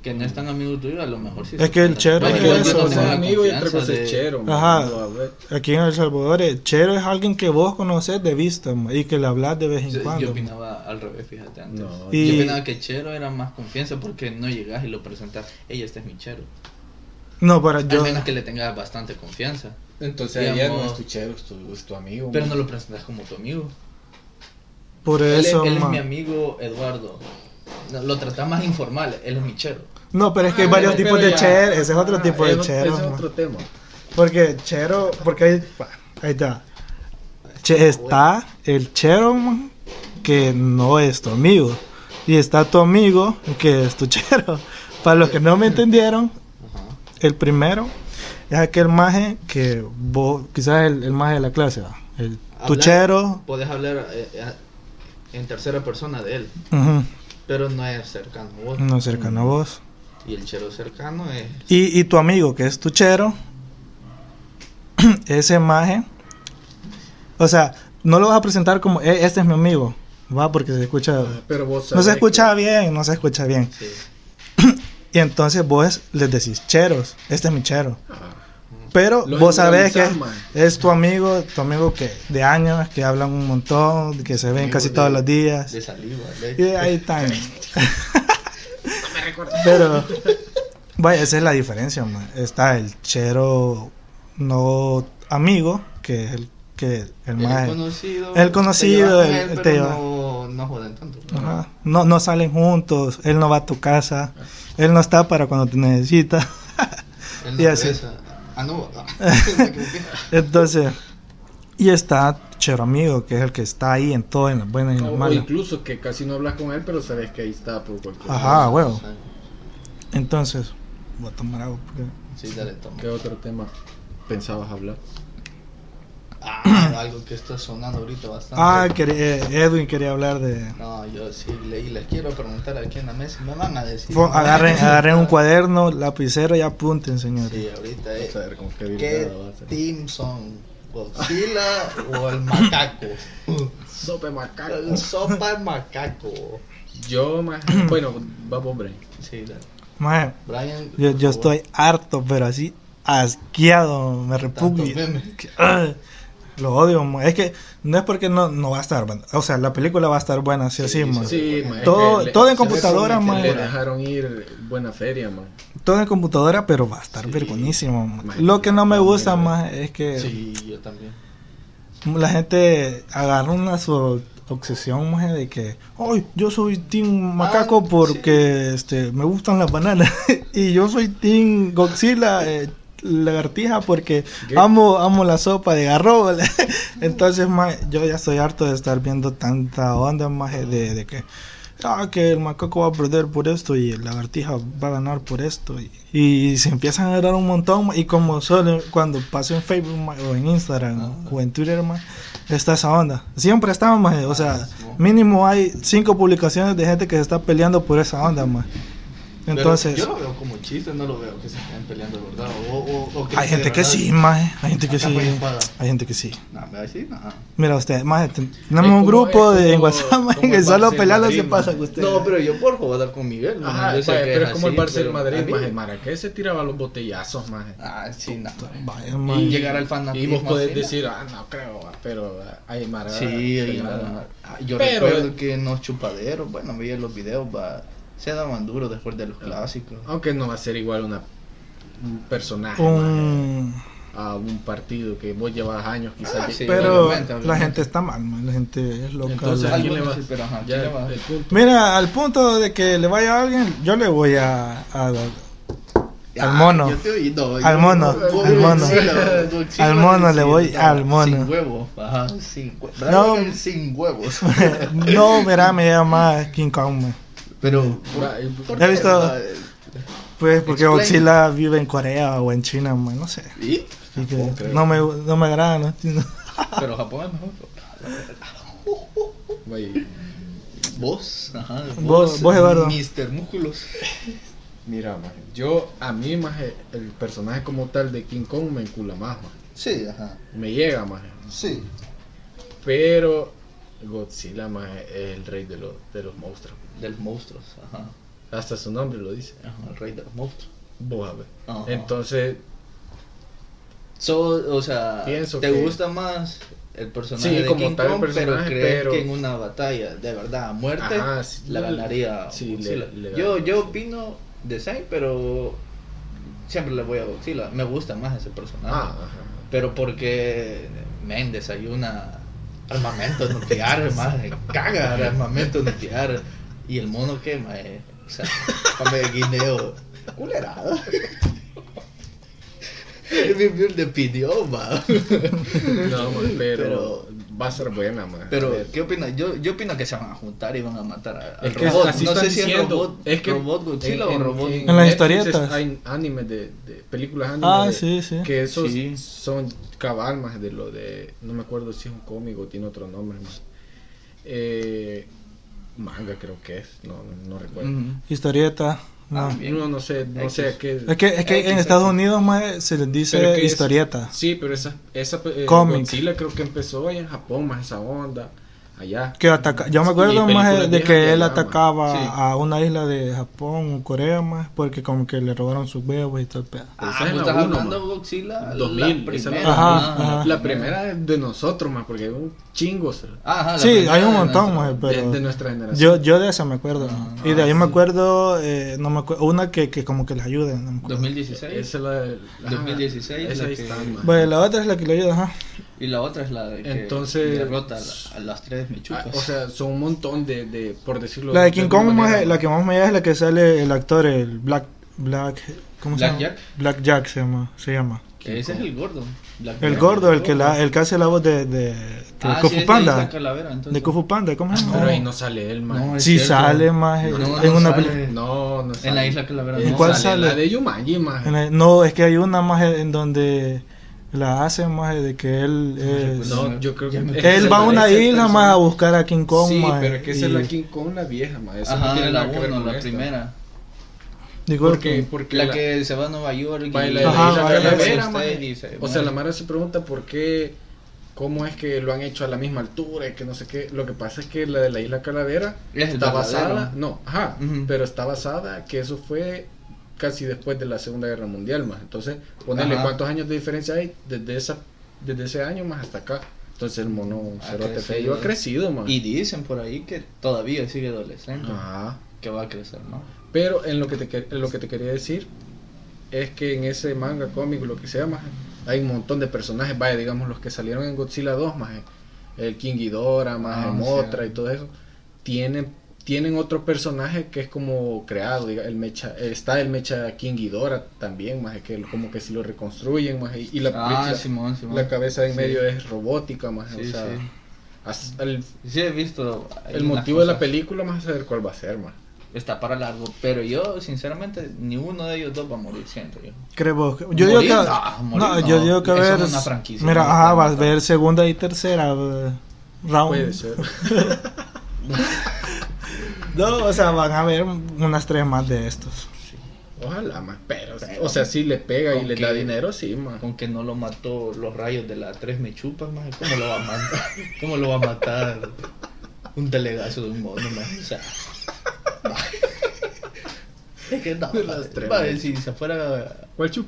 Que no es tan amigo tuyo, a lo mejor sí. Es se que el ofende. chero Bueno, es igual eso, yo no o tengo sea, la amigo y otra confianza cosa es de- chero maje, Ajá. no, eh. a ver. Aquí en El Salvador, el chero es alguien que vos conoces de vista ma, y que le hablas de vez en Sí, cuando. Yo ma. opinaba al revés, fíjate antes. No, Y- Yo opinaba que Chero era más confianza porque no llegas y lo presentas. Ella, este es mi Chero. No, para Al yo. menos que le tengas bastante confianza. entonces allá no Digamos- es tu chero es tu, es tu amigo Pero maje. no lo presentas como tu amigo. Por Él, es- eso, él es ma. mi amigo Eduardo. No, Lo trata más informal, él es mi chero. No, pero es que hay Ah, varios pero tipos de ya. chero. Ese es otro Ah, tipo es de otro- chero. ese es ma. otro tema Porque chero, porque hay. bah, Ahí está. Che- está el chero, ma, que no es tu amigo. Y está tu amigo, que es tu chero. (laughs) Para los que no me entendieron, Ajá. El primero es aquel maje que vos, quizás el, el maje de la clase, ¿va? el Hablar. tuchero. Puedes hablar eh, eh, en tercera persona de él, ujú, pero no es cercano a vos. no cercano a vos. Y el chero cercano es. Y, y tu amigo que es tuchero, (clears throat) ese maje, o sea, no lo vas a presentar como, "Eh, este es mi amigo, va, porque se escucha, Pero vos no sabés se escucha Ah, que- bien, no se escucha bien. Sí. Y Y entonces vos les decís, cheros, este es mi chero. Ah, Pero Los vos sabés que individualizás, man. es tu amigo, tu amigo que de años, que hablan un montón, que se ven Amigo casi de- todos los días. De saliva, de- Y ahí están. Pero, vaya, esa es la diferencia, man. Está el chero no amigo, que es el que el El más. conocido. El conocido, te el- llevas con él, te pero lleva- no, no joden tanto. Ajá. No, no salen juntos, él no va a tu casa, él no está para cuando te necesita. (laughs) Él Y no así. regresa. Ah, no. (laughs) ah, (laughs) me equivoqué. Entonces, y está chero amigo, que es el que está ahí en todo, en las buenas Oh, y en o, las o malas. incluso que casi no hablas con él, pero sabes que ahí está por cualquier Ajá, cosa. Ah, huevo. Entonces, voy a tomar agua. porque- Sí, (clears throat) dale, toma. ¿Qué otro tema pensabas hablar? Ah, algo que está sonando ahorita bastante. Ah, quería- eh, Edwin quería hablar de. No, yo sí leí. Les quiero preguntar aquí en la mesa. Me van a decir. Fue- Agarren, agarren un cuaderno, lapicero y apunten, señores. Sí, ahorita Vamos es. a ver con Eh, qué ¿Qué habilidad va a ser. team son? ¿Godzilla o el macaco? Sope macaco. El Sopa el macaco. (clears throat) Yo más. bueno, vamos, Brian. Sí, dale. Mae, Brian. yo, yo por favor. estoy harto, pero así asqueado, me Tantos repugna. memes. Ah, Lo odio, mo. es que no es porque no, no va a estar buena. O sea, la película va a estar buena, así así, mo. Sí, ma, es Todo- que le- todo en se ve computadora, como ma. que Le dejaron ir buena feria, man. Todo en computadora, pero va a estar Sí. vergonísimo. mo. Mae, Lo que no me no, gusta mira. más es que Sí, yo también. la gente agarra una su obsesión mo, de que, hoy yo soy Team Macaco sí. porque este, me gustan las bananas (laughs) y yo soy Team Godzilla. eh, lagartija porque ¿Qué? amo amo la sopa de garrobo (laughs) entonces ma, yo ya estoy harto de estar viendo tanta onda más de, de que ah, que el macaco va a perder por esto y el lagartija va a ganar por esto y, y se empiezan a agarrar un montón ma, y como solo cuando paso en Facebook ma, o en Instagram Ah. o en Twitter ma, está esa onda siempre está ma, o Ah, sea mínimo hay cinco publicaciones de gente que se está peleando por esa onda ma. Pero entonces yo lo veo como chiste, no lo veo que se estén peleando de verdad. O, o, o que hay de gente que verdad- sí, maje. Hay gente que Acá sí. eh. fue espada. Hay gente que sí. No, me va a decir, no. Mira usted, maje, ten- Es tenemos un como- grupo es de en como- WhatsApp, maje, (laughs) como que el solo Barça y pelando se Madrid, pasa maje. con usted. No, pero yo por joder con Miguel. man, Ajá, yo sé pa- que pero es así, como el Barça del pero Madrid, pues, a mí- maje. Maracay se tiraba los botellazos, maje. Ah, sí, no. Vaya, eh. Y maje. llegar al fanatismo. Y vos podés así, decir, ah, no creo, ah, pero ah, hay no. Maracay. Sí, y no. Ah, yo Pero- recuerdo que en los chupaderos, bueno, veía los videos, va, se daban duro después de los clásicos. Aunque no va a ser igual una, un personaje maje, Un- a un partido que vos llevas años quizás. Ah, de- sí, Pero obviamente, la obviamente. gente está mal, maje, la gente es loca. Entonces, la- ¿a quién le Algunos sí, vas? pero ajá, ¿a Ya eh, quién le vas? el punto. Mira, al punto de que le vaya a alguien, yo le voy a, a- Al mono. yo te oí, no, Al yo- mono, Go- al mono. Godzilla, (laughs) Godzilla Al mono sin- le voy, no, al mono. Sin huevos, ajá, sin huevos. No. sin (laughs) huevos. (laughs) No, verá, me llama King Kong, maje. Pero Va, y- ¿por He qué? visto- Ah, Pues porque Explain. Godzilla vive en Corea o en China, maje, no sé. ¿Y? Así que Japón, creo. no, me, no me agrada, no (laughs) entiendo. Pero Japón es mejor. va, y- Vos, ajá. Vos- vos, Eduardo. Mister Músculos. Mira, maje, yo a mí maje, el personaje como tal de King Kong me encula más, maje. Sí, ajá. me llega más. Sí. Pero Godzilla maje, es el rey de los, de los monstruos. De los monstruos, ajá. Hasta su nombre lo dice. Ajá, el rey de los monstruos. Vos, a ver. Ajá. Entonces, So, o sea, Pienso te que- gusta más el personaje Sí, de como King tal el Kong, pero personaje, crees pero- que en una batalla de verdad a muerte Ajá, sí, la le- ganaría sí, le- Godzilla. le yo, gana, yo sí. opino de Saint, pero siempre le voy a Godzilla. Me gusta más ese personaje. ah, ajá. Pero porque Méndez hay una armamento nuclear, (laughs) madre, caga el armamento nuclear. Y el mono que, mae, o sea, pame de guineo, culerado. (laughs) El Bibir de pidió, ma. (laughs) No, maje, pero, Pero- va a ser buena, maje. Pero, A ver. ¿qué opinas? Yo, yo opino que se van a juntar y van a matar a, al Es que robot. así no están sé si es diciendo. robot, es que robot Godzilla o robot. Ah, en las Netflix es- historietas. Hay animes de, de películas animes. Ah, de- sí, sí. Que esos Sí. son cabal más de lo de. No me acuerdo si es un cómic o tiene otro nombre más. Eh, manga creo que es. No, no, no recuerdo. Ujú. Historieta, no. Ah, No, no sé, no sé a qué. Es que, es que X, en X. Estados Unidos mae, se les Pero dice que es- historieta. Sí, pero esa, esa eh, Cómic. Godzilla creo que empezó allá en Japón, más esa onda. allá. Que ataca, yo me acuerdo Y más de, películas viejas que él allá, atacaba ma. Sí. a una isla de Japón o Corea más porque como que le robaron sus bebés y todo el pedo. Pero Ah, esa es vos la estás uno, hablando ma. Godzilla 2000, la esa primera. es la- Ah, Ajá, ajá. La primera es de nosotros más, porque hay un chingo sir, Ajá, Ah, la Sí, primera hay un de montón, nuestra- maje, de, pero de nuestra generación. yo, yo de esa me acuerdo. ma. y de ahí me acuerdo, eh, no me acuerdo, una que, que como que les ayude. no me acuerdo. 2016. Esa es la del 2016, Esa la ahí que- está, ma. Bueno, la otra es la que le ayuda, ajá. Y la otra es la de que Entonces- derrota a, la- a las tres Ah, mechucas. o sea, son un montón de, de por decirlo La de King Kong, alguna maje, manera, la que más me llega es la que sale el actor, el Black... Black ¿Cómo se Black llama? Jack. Black Jack se llama. Se llama. Que ese es el gordo. Black El Bear. gordo, el que, la, el que hace la voz de, de, de Ah, Kofu sí, es Panda. la calavera, entonces. De Kofu Panda, ¿cómo se llama? Pero ahí no sale él, man. No, es Sí cierto. sale más No, no en una sale. peli- No, no sale. En la isla calavera. Eh, ¿En no cuál sale. sale? La de Yumanji, man. en la- no, es que hay una más en donde la hace más de que él es- Pues No, yo creo que... él va a una ese es el isla más a personaje. buscar a King Kong Sí, maje, pero es que esa es la y- King Kong, la vieja, man. Esa no Ajá, tiene la nada que ver uno, con la esta. primera. digo, Porque, porque La que se va a Nueva York y Baila de la Ajá, isla baila de- Usted la vera, y se- O sea, la Mara se pregunta por qué, cómo es que lo han hecho a la misma altura y que no sé qué. Lo que pasa es que la de la Isla Calavera Es el está basada, verdadero. no, ajá, Ujú. pero está basada que eso fue casi después de la Segunda Guerra Mundial más. Entonces, ponerle Ajá. cuántos años de diferencia hay desde esa, desde ese año más hasta acá. Entonces el mono Ha cerote crecido. feo ha crecido más. Y dicen por ahí que todavía sigue adolescente. Ajá. Que va a crecer, ¿no? Pero en lo que te, que- en lo que te quería decir es que en ese manga cómic, lo que sea, maje, hay un montón de personajes, vaya, digamos los que salieron en Godzilla 2, maje, el King Ghidorah, maje, Ah, Mothra sí. y todo eso, tienen tienen otro personaje que es como creado, diga, el mecha, está el mecha King Ghidorah también, maje, que como que si lo reconstruyen, maje, y la, Ah, la- Simón, Simón. la cabeza de en Sí. medio es robótica, maje, Sí, o sea, sí. hasta el, Sí, he visto. el algunas motivo de la cosas. película, más a saber cuál va a ser, maje. Está para largo. Pero yo, sinceramente, ninguno de ellos dos va a morir, siento yo. creo vos que- yo digo Morir, que ah, no, morir no, no. yo digo que Eso ver no es una franquicia, mira, no ajá, puede vas a matar. ver segunda y tercera eh, round. Puede ser. No, o sea, van a ver unas tres más de estos. Ojalá, más pero, Pero- o sea, si le pega y ¿Con le qué? da dinero, sí, más Con que no lo mató los rayos de la 3 me chupas, más ¿cómo lo va a matar? (laughs) ¿Cómo lo va a matar un telegazo de un mono, más? O sea, maje. es (laughs) que no, De las maje, tres, maje, maje. si se fuera ¿Cuál chup?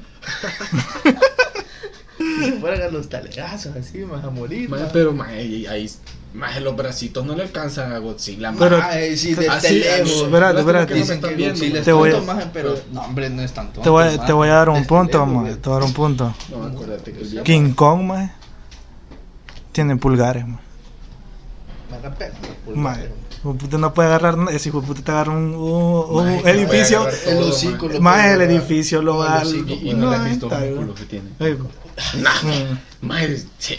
si se fueran a los talegazos así, más a morir. maje. pero, más ahí, más los bracitos no le alcanzan a Godzilla, maje. Pero- Ah, Ay, sí, de este Así, lejos. espera, espérate, espérate. lástima que no me Dicen están que viendo, Godzilla es Te maje. voy- tonto, maje, pero no, hombre, no es tan tonto. Te voy, a- maje. te voy a dar un Este Desde punto, lejos, maje, te voy a dar un punto. No, acuérdate que el King Kong, maje, tiene pulgares, maje. Me da pena, por Madre, favor. hijo de puta no puede agarrar, na- ese hijo de puta te agarra un, un- un Madre, que edificio, puede agarrar El todo, hocico maje. lo más el puede agarrar. edificio lo Todo el va hocico, Y, y no le has visto los Ay, músculos que tiene. ay, mm, Maje, sí.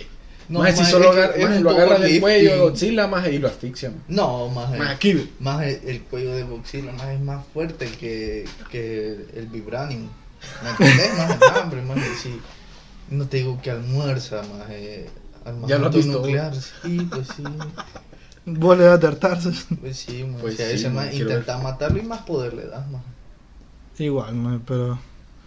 No, Maje, si maje, solo es que agarra, es maje, un lo agarra del powerlifting. cuello a Godzilla, más y lo asfixia, maje. No, maje. Maje, aquí. Más el, el cuello de Godzilla más es más fuerte que, que el Vibranium. ¿Me entendés? Más el hambre, más sí. No te digo que almuerza, más eh, Ya lo has visto, nuclear. Sí, pues sí. Vos le das de hartarse. Pues (laughs) sí, maje. Pues si a sí, ese maje, más quiero intenta matarlo y más poder le das, más. (laughs) Igual, maje, pero.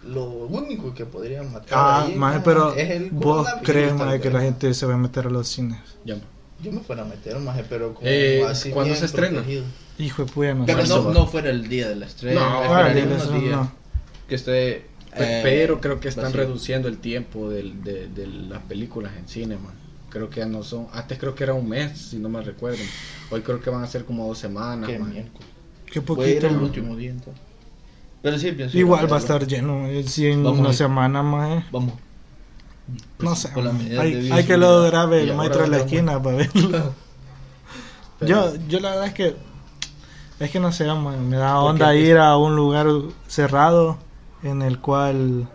Lo único que podrían matar Ah, ahí, maje, maje, pero. es el Vos coronavirus, crees, tal maje, que la vez. gente se va a meter a los cines. Ya, ma. Yo me fuera a meter, maje, pero como Eh, así ¿cuándo bien se estrena? protegido. Hijo de puta, no Pero sé. Marzo, no, va. no fuera el día de la estrella. No, Ah, esperaría dile unos eso, días no. Que esté. Pe- eh, pero creo que están vacío. reduciendo el tiempo del- de, de las películas en cine, man. Creo que ya no son. Antes creo que era un mes, si no me recuerdo. Hoy creo que van a ser como dos semanas. Qué man. miércoles. Qué Puede ir poquito. el maje. último día entonces. Pero sí, pienso. ir Igual va a verlo. estar lleno, maje, si en Vamos a una ir. semana, maje. Vamos. No sé. Con la maje, medida de Hay, vida, hay que lo seguridad. grabe Y el ahora maestro de la vamos. esquina para verlo. Pero- Yo, yo la verdad es que es que no sé, man, me da ¿Por onda qué? ir a un lugar cerrado en el cual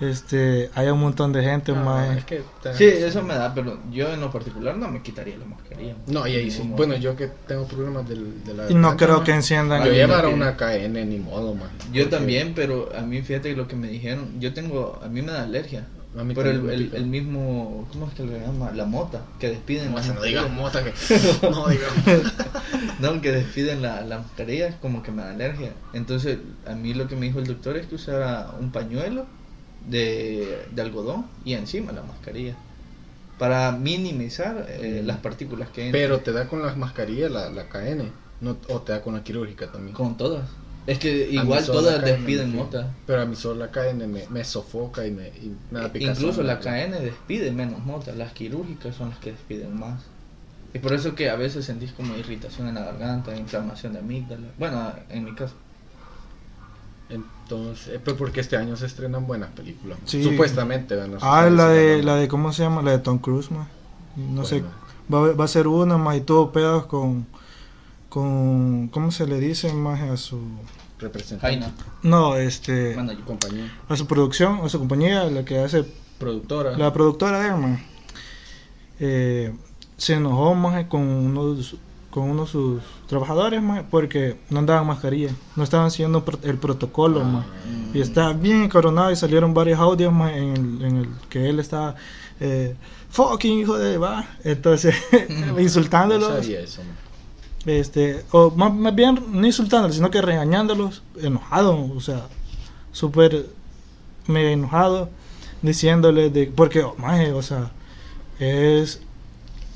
este haya un montón de gente, Ah, man. es que tenés Sí, razón. eso me da, pero yo en lo particular no me quitaría la mascarilla. No, y ahí sí. Como- Bueno, yo que tengo problemas del- de la. Y no garganta, creo man, que enciendan. Me voy a Yo llevar a también. una KN, ni modo, man. Yo Porque también, pero a mí fíjate que lo que me dijeron, yo tengo, a mí me da alergia. A mí pero el, también me el- pica. el mismo, ¿cómo es que le llama? La mota, que despiden. No, las no digas mascarillas. mota que. (laughs) No digas. No, que despiden la, la mascarilla es como que me da alergia. Entonces, a mí lo que me dijo el doctor es que usara un pañuelo de, de algodón y encima la mascarilla. para minimizar eh, Mm. las partículas que entran. Pero te da con las mascarillas la, la KN. No, o te da con la quirúrgica también. Con todas. Es que A mí igual solo todas la KN despiden me- mota. Pero a mí solo la KN me, me sofoca y me, y me da picazón. E Incluso la KN despide menos motas, las quirúrgicas son las que despiden más. Y por eso que a veces sentís como irritación en la garganta, inflamación de amígdala. Bueno, en mi caso. Entonces, eh, pero porque este año se estrenan buenas películas. Sí. Supuestamente van a Ah, estrenar la de, esa la de, ¿cómo se llama? La de Tom Cruise, ma. No sé, Bueno. va, a haber- va a ser una más y todo pedados con, con, ¿cómo se le dice más a su, representante. Jaina, no, este, manda yo. Compañía. a su producción, a su compañía, la que hace, Productora. la productora de él, ma. Eh, se enojó más con unos, con uno de sus trabajadores, ma, porque no andaban mascarilla, no estaban siguiendo pro- el protocolo, Ah, ma. Mm. Y está bien coronado y salieron varios audios más en el, en el que él está eh, fucking hijo de va. Entonces, (laughs) Mm. (laughs) no insultándolos. sabía eso, man. Este, o más, más bien no insultándolos, sino que regañándolos, enojado, o sea, súper mega enojado, diciéndoles de, porque, oh, maje, o sea, es,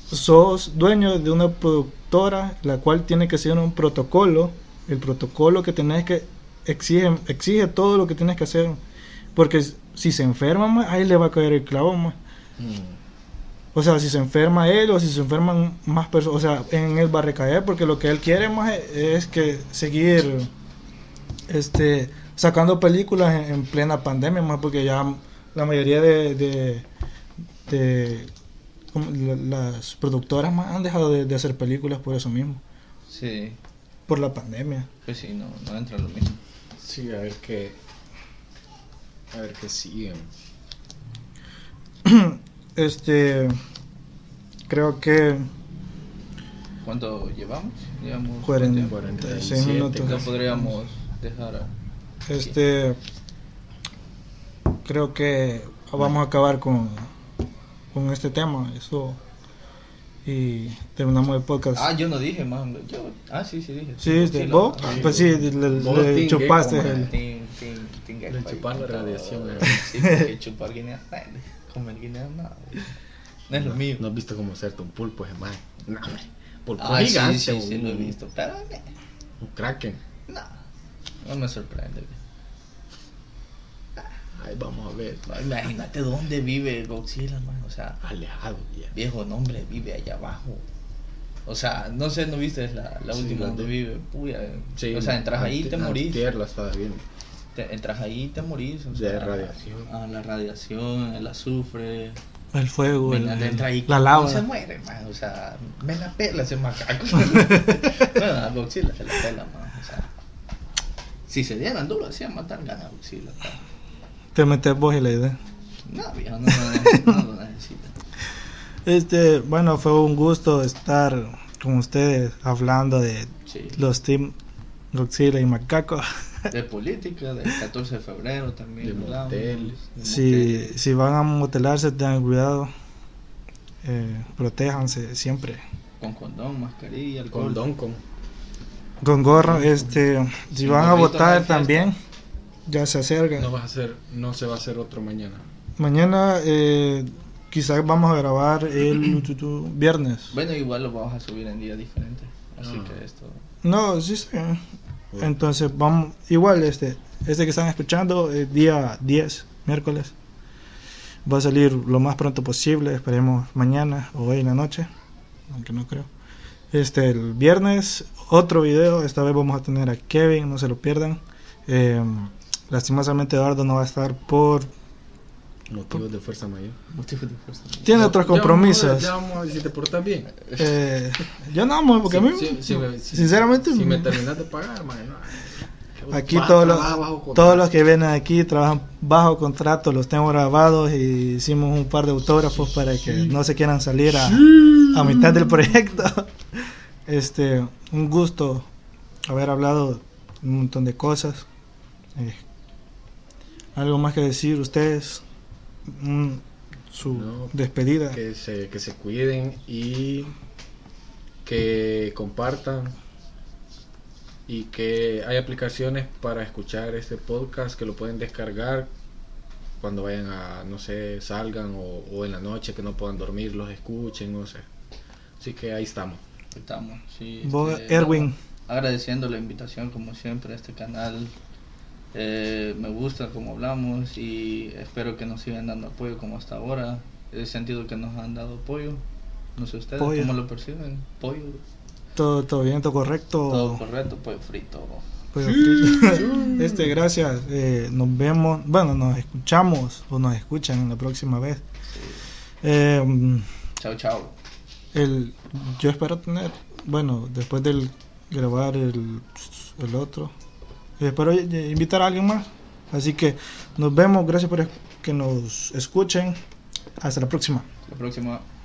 sos dueño de una productora, la cual tiene que seguir un protocolo, el protocolo que tenés que, exige, exige todo lo que tienes que hacer, porque si se enferma, maje, ahí le va a caer el clavo, maje. Mm, O sea, si se enferma él o si se enferman más personas, o sea, en él va a recaer porque lo que él quiere más e-, es que seguir este sacando películas en, en plena pandemia más porque ya la mayoría de, de, de- como la- las productoras más han dejado de, de hacer películas por eso mismo, Sí, por la pandemia. pues sí, no, no entra lo mismo. Sí, a ver qué. A ver qué siguen. Este creo que ¿Cuánto llevamos? Llevamos Cuarenta. ¿cuánto tiempo? 46 minutos. Ya podríamos dejar. a- Este. Creo que vamos a acabar con, con este tema. Eso. Y terminamos el podcast. Ah, yo no dije, man. Yo... Ah, sí, sí dije. Pues- sí, este, la- vos. Ah, Pues sí, le, le- Vos, le Tingue, chupaste. como este el- Ting, ting, ting, Le chupar la (laughs) radiación, eh. Sí, porque chupar guinea. (laughs) nah, Comer guinea, nada. No es lo mío. No has visto cómo hacerte un pulpo, es más. No, hombre. Pulpo Ah, sí, gigante, sí, sí, un- lo he visto. Pero, eh, Un kraken. no. No me sorprende. Ay, vamos a ver. No, imagínate dónde vive Godzilla, man. O sea, Alejado ya. viejo nombre vive allá abajo. O sea, no sé, ¿no viste la, la Sí, última donde donde- vive? Puya, eh. o sea, entras ahí y te morís. Tierra estaba bien. Te- entras ahí y te morís. O De sea, radiación. Ah, la radiación, el azufre. El fuego, el- Venga, el- entra ahí, la No lava. se muere, man. O sea, me la pela ese macaco. bueno, a Godzilla se la pela, man. O sea, si se dieran duro, hacían matar ganas a Godzilla. pa. Te metes vos y la idea. No, viejo, no, no, no, no lo necesita. Este, bueno, fue un gusto estar con ustedes hablando de Sí. los Team Godzilla y Macaco. De política, del 14 de febrero también. De hablamos, moteles. de Si, moteles. si van a motelarse, tengan cuidado. Eh, protéjanse siempre. Con condón, mascarilla, alcohol. Con Doncon. Con gorro, este, si Sí, van a gorrito, no hay votar fiesta. también, ya se acerca. No vas a hacer, no se va a hacer otro mañana. Mañana eh, quizás vamos a grabar el tu, tu, viernes. Bueno, igual lo vamos a subir en días diferentes. Así Ah. que esto. No, sí, sí. Entonces vamos, igual este, este que están escuchando, eh, día 10, miércoles, va a salir lo más pronto posible, esperemos mañana o hoy en la noche, aunque no creo. Este, el viernes, otro video, esta vez vamos a tener a Kevin, no se lo pierdan. Eh, lastimosamente Eduardo no va a estar por... Motivos de fuerza mayor. motivos de fuerza. Tiene Ya- otros ya vamos a- compromisos. Ya vamos a ver si te portas bien. Eh, yo no, mo, porque a mí... Si- si- si me- si- sinceramente, Si me no. terminas de pagar, man. Aquí todos los, los. todos los que vienen aquí trabajan bajo contrato, los tengo grabados y hicimos un par de autógrafos para que no se quieran salir a, a mitad del proyecto. (laughs) Este, un gusto haber hablado un montón de cosas. Eh, algo más que decir ustedes, Mm, su No, despedida. que se, que se cuiden y que compartan y que hay aplicaciones para escuchar este podcast que lo pueden descargar cuando vayan a, no sé, salgan o, o en la noche que no puedan dormir, los escuchen, no sé. Así que ahí estamos. Estamos, sí. Vos, este, Erwin. nada, agradeciendo la invitación, como siempre, a este canal. Eh, me gusta como hablamos y espero que nos sigan dando apoyo como hasta ahora. He sentido que nos han dado apoyo. No sé ustedes Pollo. cómo lo perciben. Pollo, Todo, todo bien, todo correcto. todo correcto, pollo frito. Pues, ok. (laughs) este, gracias. eh, nos vemos. Bueno, nos escuchamos o nos escuchan la próxima vez. Eh, Chao, chao. el, yo espero tener, bueno, después del grabar el, el otro, espero eh, invitar a alguien más. Así que nos vemos. Gracias por es- que nos escuchen. Hasta la próxima. La próxima.